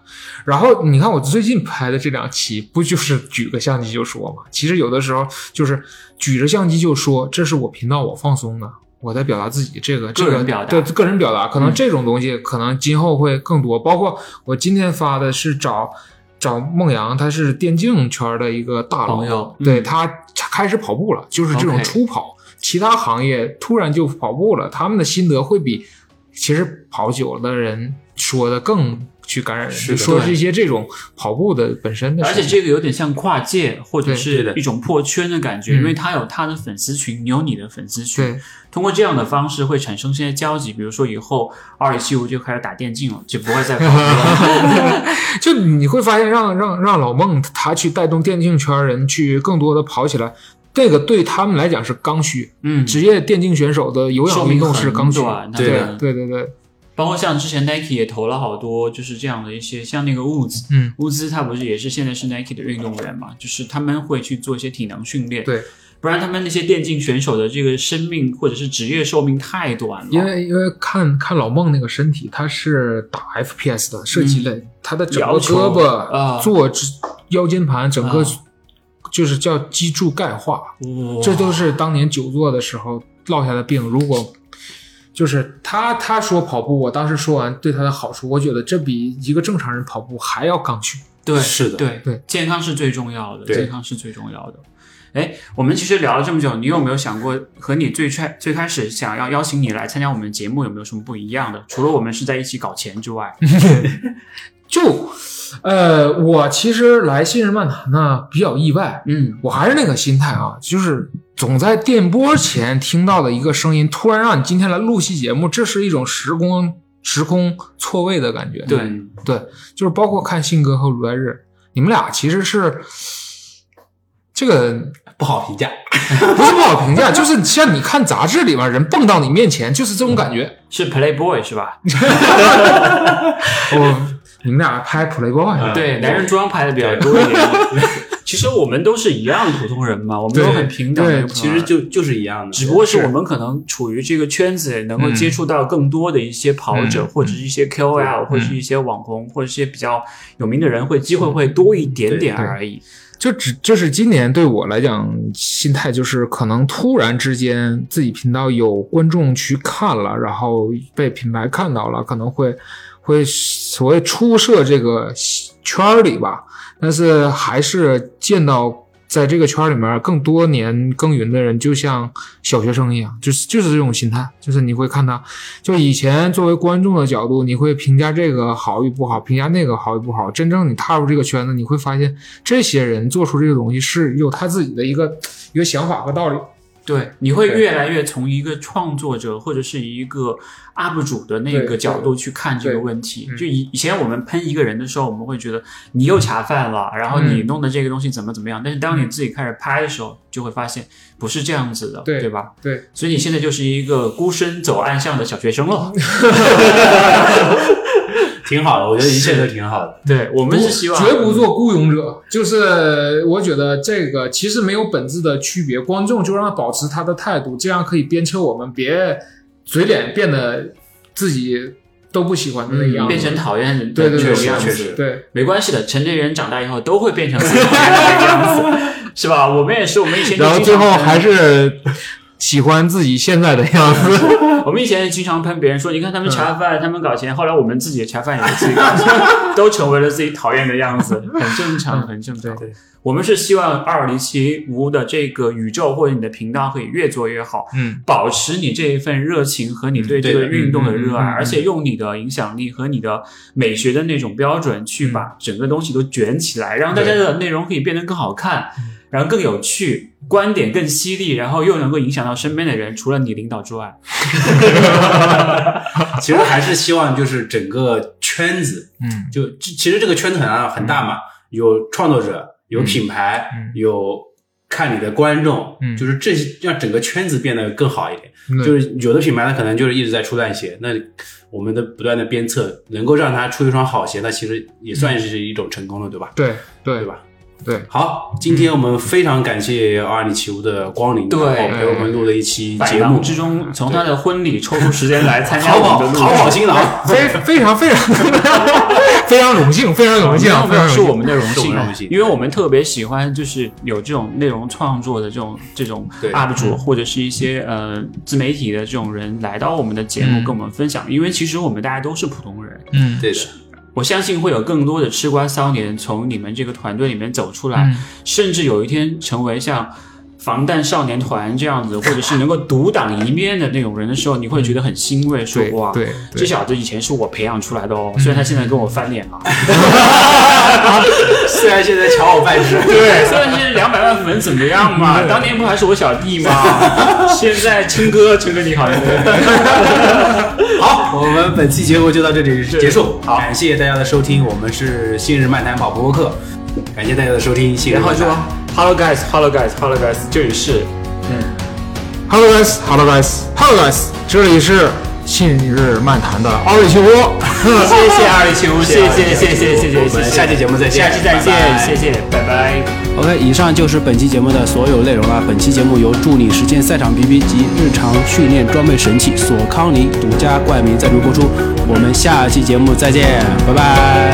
然后你看我最近拍的这两期，不就是举个相机就说嘛？其实有的时候就是举着相机就说，这是我频道，我放松的。我在表达自己这个这
个
个
人表达
对个人表达，可能
嗯
这种东西可能今后会更多。包括我今天发的是找找孟阳，他是电竞圈的一个大佬，
朋友
哦对
嗯
他开始跑步了，就是这种
OK
初跑。其他行业突然就跑步了，他们的心得会比其实跑久了的人说的更去感染人，
是的
就说
对
这些这种跑步的本身
嗯
的
而
事
且
情。
这个有点像跨界或者
对
对
是
的
一种破圈的感觉，
嗯
因为他有他的粉丝群，你有你的粉丝群，
对，
通过这样的方式会产生一些交集，比如说以后二零七五就开始打电竞了，就不会再跑步
(laughs)
了。
就你会发现让，让让老孟他去带动电竞圈人去更多的跑起来，这个对他们来讲是刚需。
嗯，
职业电竞选手的有
寿
氧
命
运动是
很
刚需，
短
对
对的
对对对，
包括像之前 Nike 也投了好多，就是这样的一些，像那个 Woods，
嗯
，Woods 他不是也是现在是 Nike 的运动员嘛，就是他们会去做一些体能训练，
对，
不然他们那些电竞选手的这个生命或者是职业寿命太短了，
因为因为看看老孟那个身体，他是打 FPS 的射击类，他的整个
嗯要求
胳膊、
啊
坐姿、腰间盘，整个、
啊
就是叫脊柱钙化，
哇
这都是当年久坐的时候落下的病。如果就是他他说跑步，我当时说完对他的好处，我觉得这比一个正常人跑步还要刚需。
对，
是的
对
对，
健康是最重要的，
对
健康是最重要的。哎，我们其实聊了这么久，你有没有想过和你最开最开始想要邀请你来参加我们的节目有没有什么不一样的？除了我们是在一起搞钱之外，
就呃，我其实来信日漫谈呢比较意外，
嗯，
我还是那个心态啊，就是总在电波前听到的一个声音，突然让你今天来录期节目，这是一种时空时空错位的感觉。
对，
对，就是包括看信哥和如来日，你们俩其实是这个
不好评价。
不是不好评价，就是像你看杂志里边人蹦到你面前，就是这种感觉。
是 Playboy 是吧？
我你们俩拍 Playboy，
嗯
对，男人装拍的比较多一点。 (laughs) 其实我们都是一样普通人嘛，我们
对
都很平等的
对
普
其
通
实
人。
就就是一样的，
啊只不过是我嗯们可能处于这个圈子，能够接触到更多的一些跑者，
嗯
或者是一些 KOL，、或者是一些网红，或者是一些比较有名的人，会机会会多一点点而已。
就只就是今年对我来讲，心态就是可能突然之间自己频道有观众去看了，然后被品牌看到了，可能会会所谓出涉这个圈儿里吧，但是还是见到。在这个圈儿里面，更多年耕耘的人，就像小学生一样，就是就是这种心态，就是你会看他，就以前作为观众的角度，你会评价这个好与不好，评价那个好与不好。真正你踏入这个圈子，你
(laughs)
会发现这些人做出这个东西是有他自己的一个一个想法和道理。
对，你会越来越从一个创作者或者是一个 UP 主的那个
对
角度去看这个
对
问题
嗯。
就以以前我们喷一个人的时候，我们会觉得你又茶饭了，然后
嗯
你弄的这个东西怎么怎么样。但是当你自己开始拍的时候，就会发现不是这样子的，
对
对吧？
对，
所以你现在就是一个孤身走暗巷的小学生
(laughs)
了。
挺好的，我觉得一切都挺好的。
对我们是希望嗯
绝不做孤勇者。就是我觉得这个其实没有本质的区别，观众就让他保持他的态度，这样可以鞭策我们，别嘴脸变得自己都不喜欢的那个样子。
变嗯成讨厌人
对
的
对
这
对，
种样
确
子。
实对
啊没关系的，成年人长大以后都
(laughs)
会变成自己讨厌的样子，是吧？我们也是，我们以前就
然后
经
最
常
后
喷
还是喜欢自己现在的样子。
(laughs) 我们以前也经常喷别人说，你看他们茶饭，他们搞钱，后来我们自己的茶饭也是自己搞钱，都成为了自己讨厌的样子，很正常，很正常。
对
我们是希望二零七五的这个宇宙或者你的频道可以越做越好，
嗯，
保持你这一份热情和你对这个运动的热爱，而且用你的影响力和你的美学的那种标准去把整个东西都卷起来，让大家的内容可以变得更好看，然后更有趣，观点更犀利，然后又能够影响到身边的人，除了你领导之外。
(laughs) 其实还是希望就是整个圈子，
嗯，
就其其实这个圈子很啊很大嘛，有创作者，有品牌，
嗯
有看你的观众，
嗯
就是这些让整个圈子变得更好一点。
对
就是有的品牌呢，可能就是一直在出烂鞋，那我们的不断的鞭策，能够让它出一双好鞋，那其实也算是一种成功了，对吧？
对
对
对
吧？
对，
好，今天我们非常感谢阿里奇乌的光临，
对
然后陪我们录了一期
百
节
忙
目，
之中从他的婚礼抽出时间来参加
淘
我
宝
们的录制
淘宝新郎，
非非常 (laughs) 非常非常荣幸，非常荣幸，啊非
没
常
有
荣
是我
幸。
们的荣
是我
幸
们的荣幸，
啊因为我们特别喜欢就是有这种内容创作的这种这种
对
UP
嗯
主或者是一些呃自媒体的这种人来到我们的节目
嗯
跟我们分享，因为其实我们大家都是普通人，
嗯，
对的，
我相信会有更多的吃瓜骚年从你们这个团队里面走出
嗯
来，甚至有一天成为像防弹少年团这样子，或者是能够独当一面的那种人的时候，你会觉得很欣慰，说
对
哇，
对
这
对，
小子以前是我培养出来的哦，虽然他现在跟我翻脸了，
虽然现在抢我饭吃，
(laughs)
(laughs)
对， (laughs) 嗯虽然现在两百万粉怎么样嘛，当年不还是我小弟嘛， (laughs) 现在琛哥，琛哥你好， (laughs)
好，我们本期节目就到这里结束。
好
感谢大家的收听，我们是新日漫谈跑步播客，感谢大家的收听，新日
然后
漫
说
谈。
Hello guys，Hello guys，Hello guys，这里是
Hello guys，Hello guys，Hello guys，这里是信日漫谈的奥瑞奇窝。
谢谢二零七五，谢谢谢谢谢谢谢
我
谢，
们下期节目再见
下期再见
拜，拜
谢谢，拜拜。
OK，以上就是本期节目的所有内容了。本期节目由助力实践赛场 BB 及日常训练装备神器索康尼独家冠名赞助播出。我们下期节目再见，拜拜。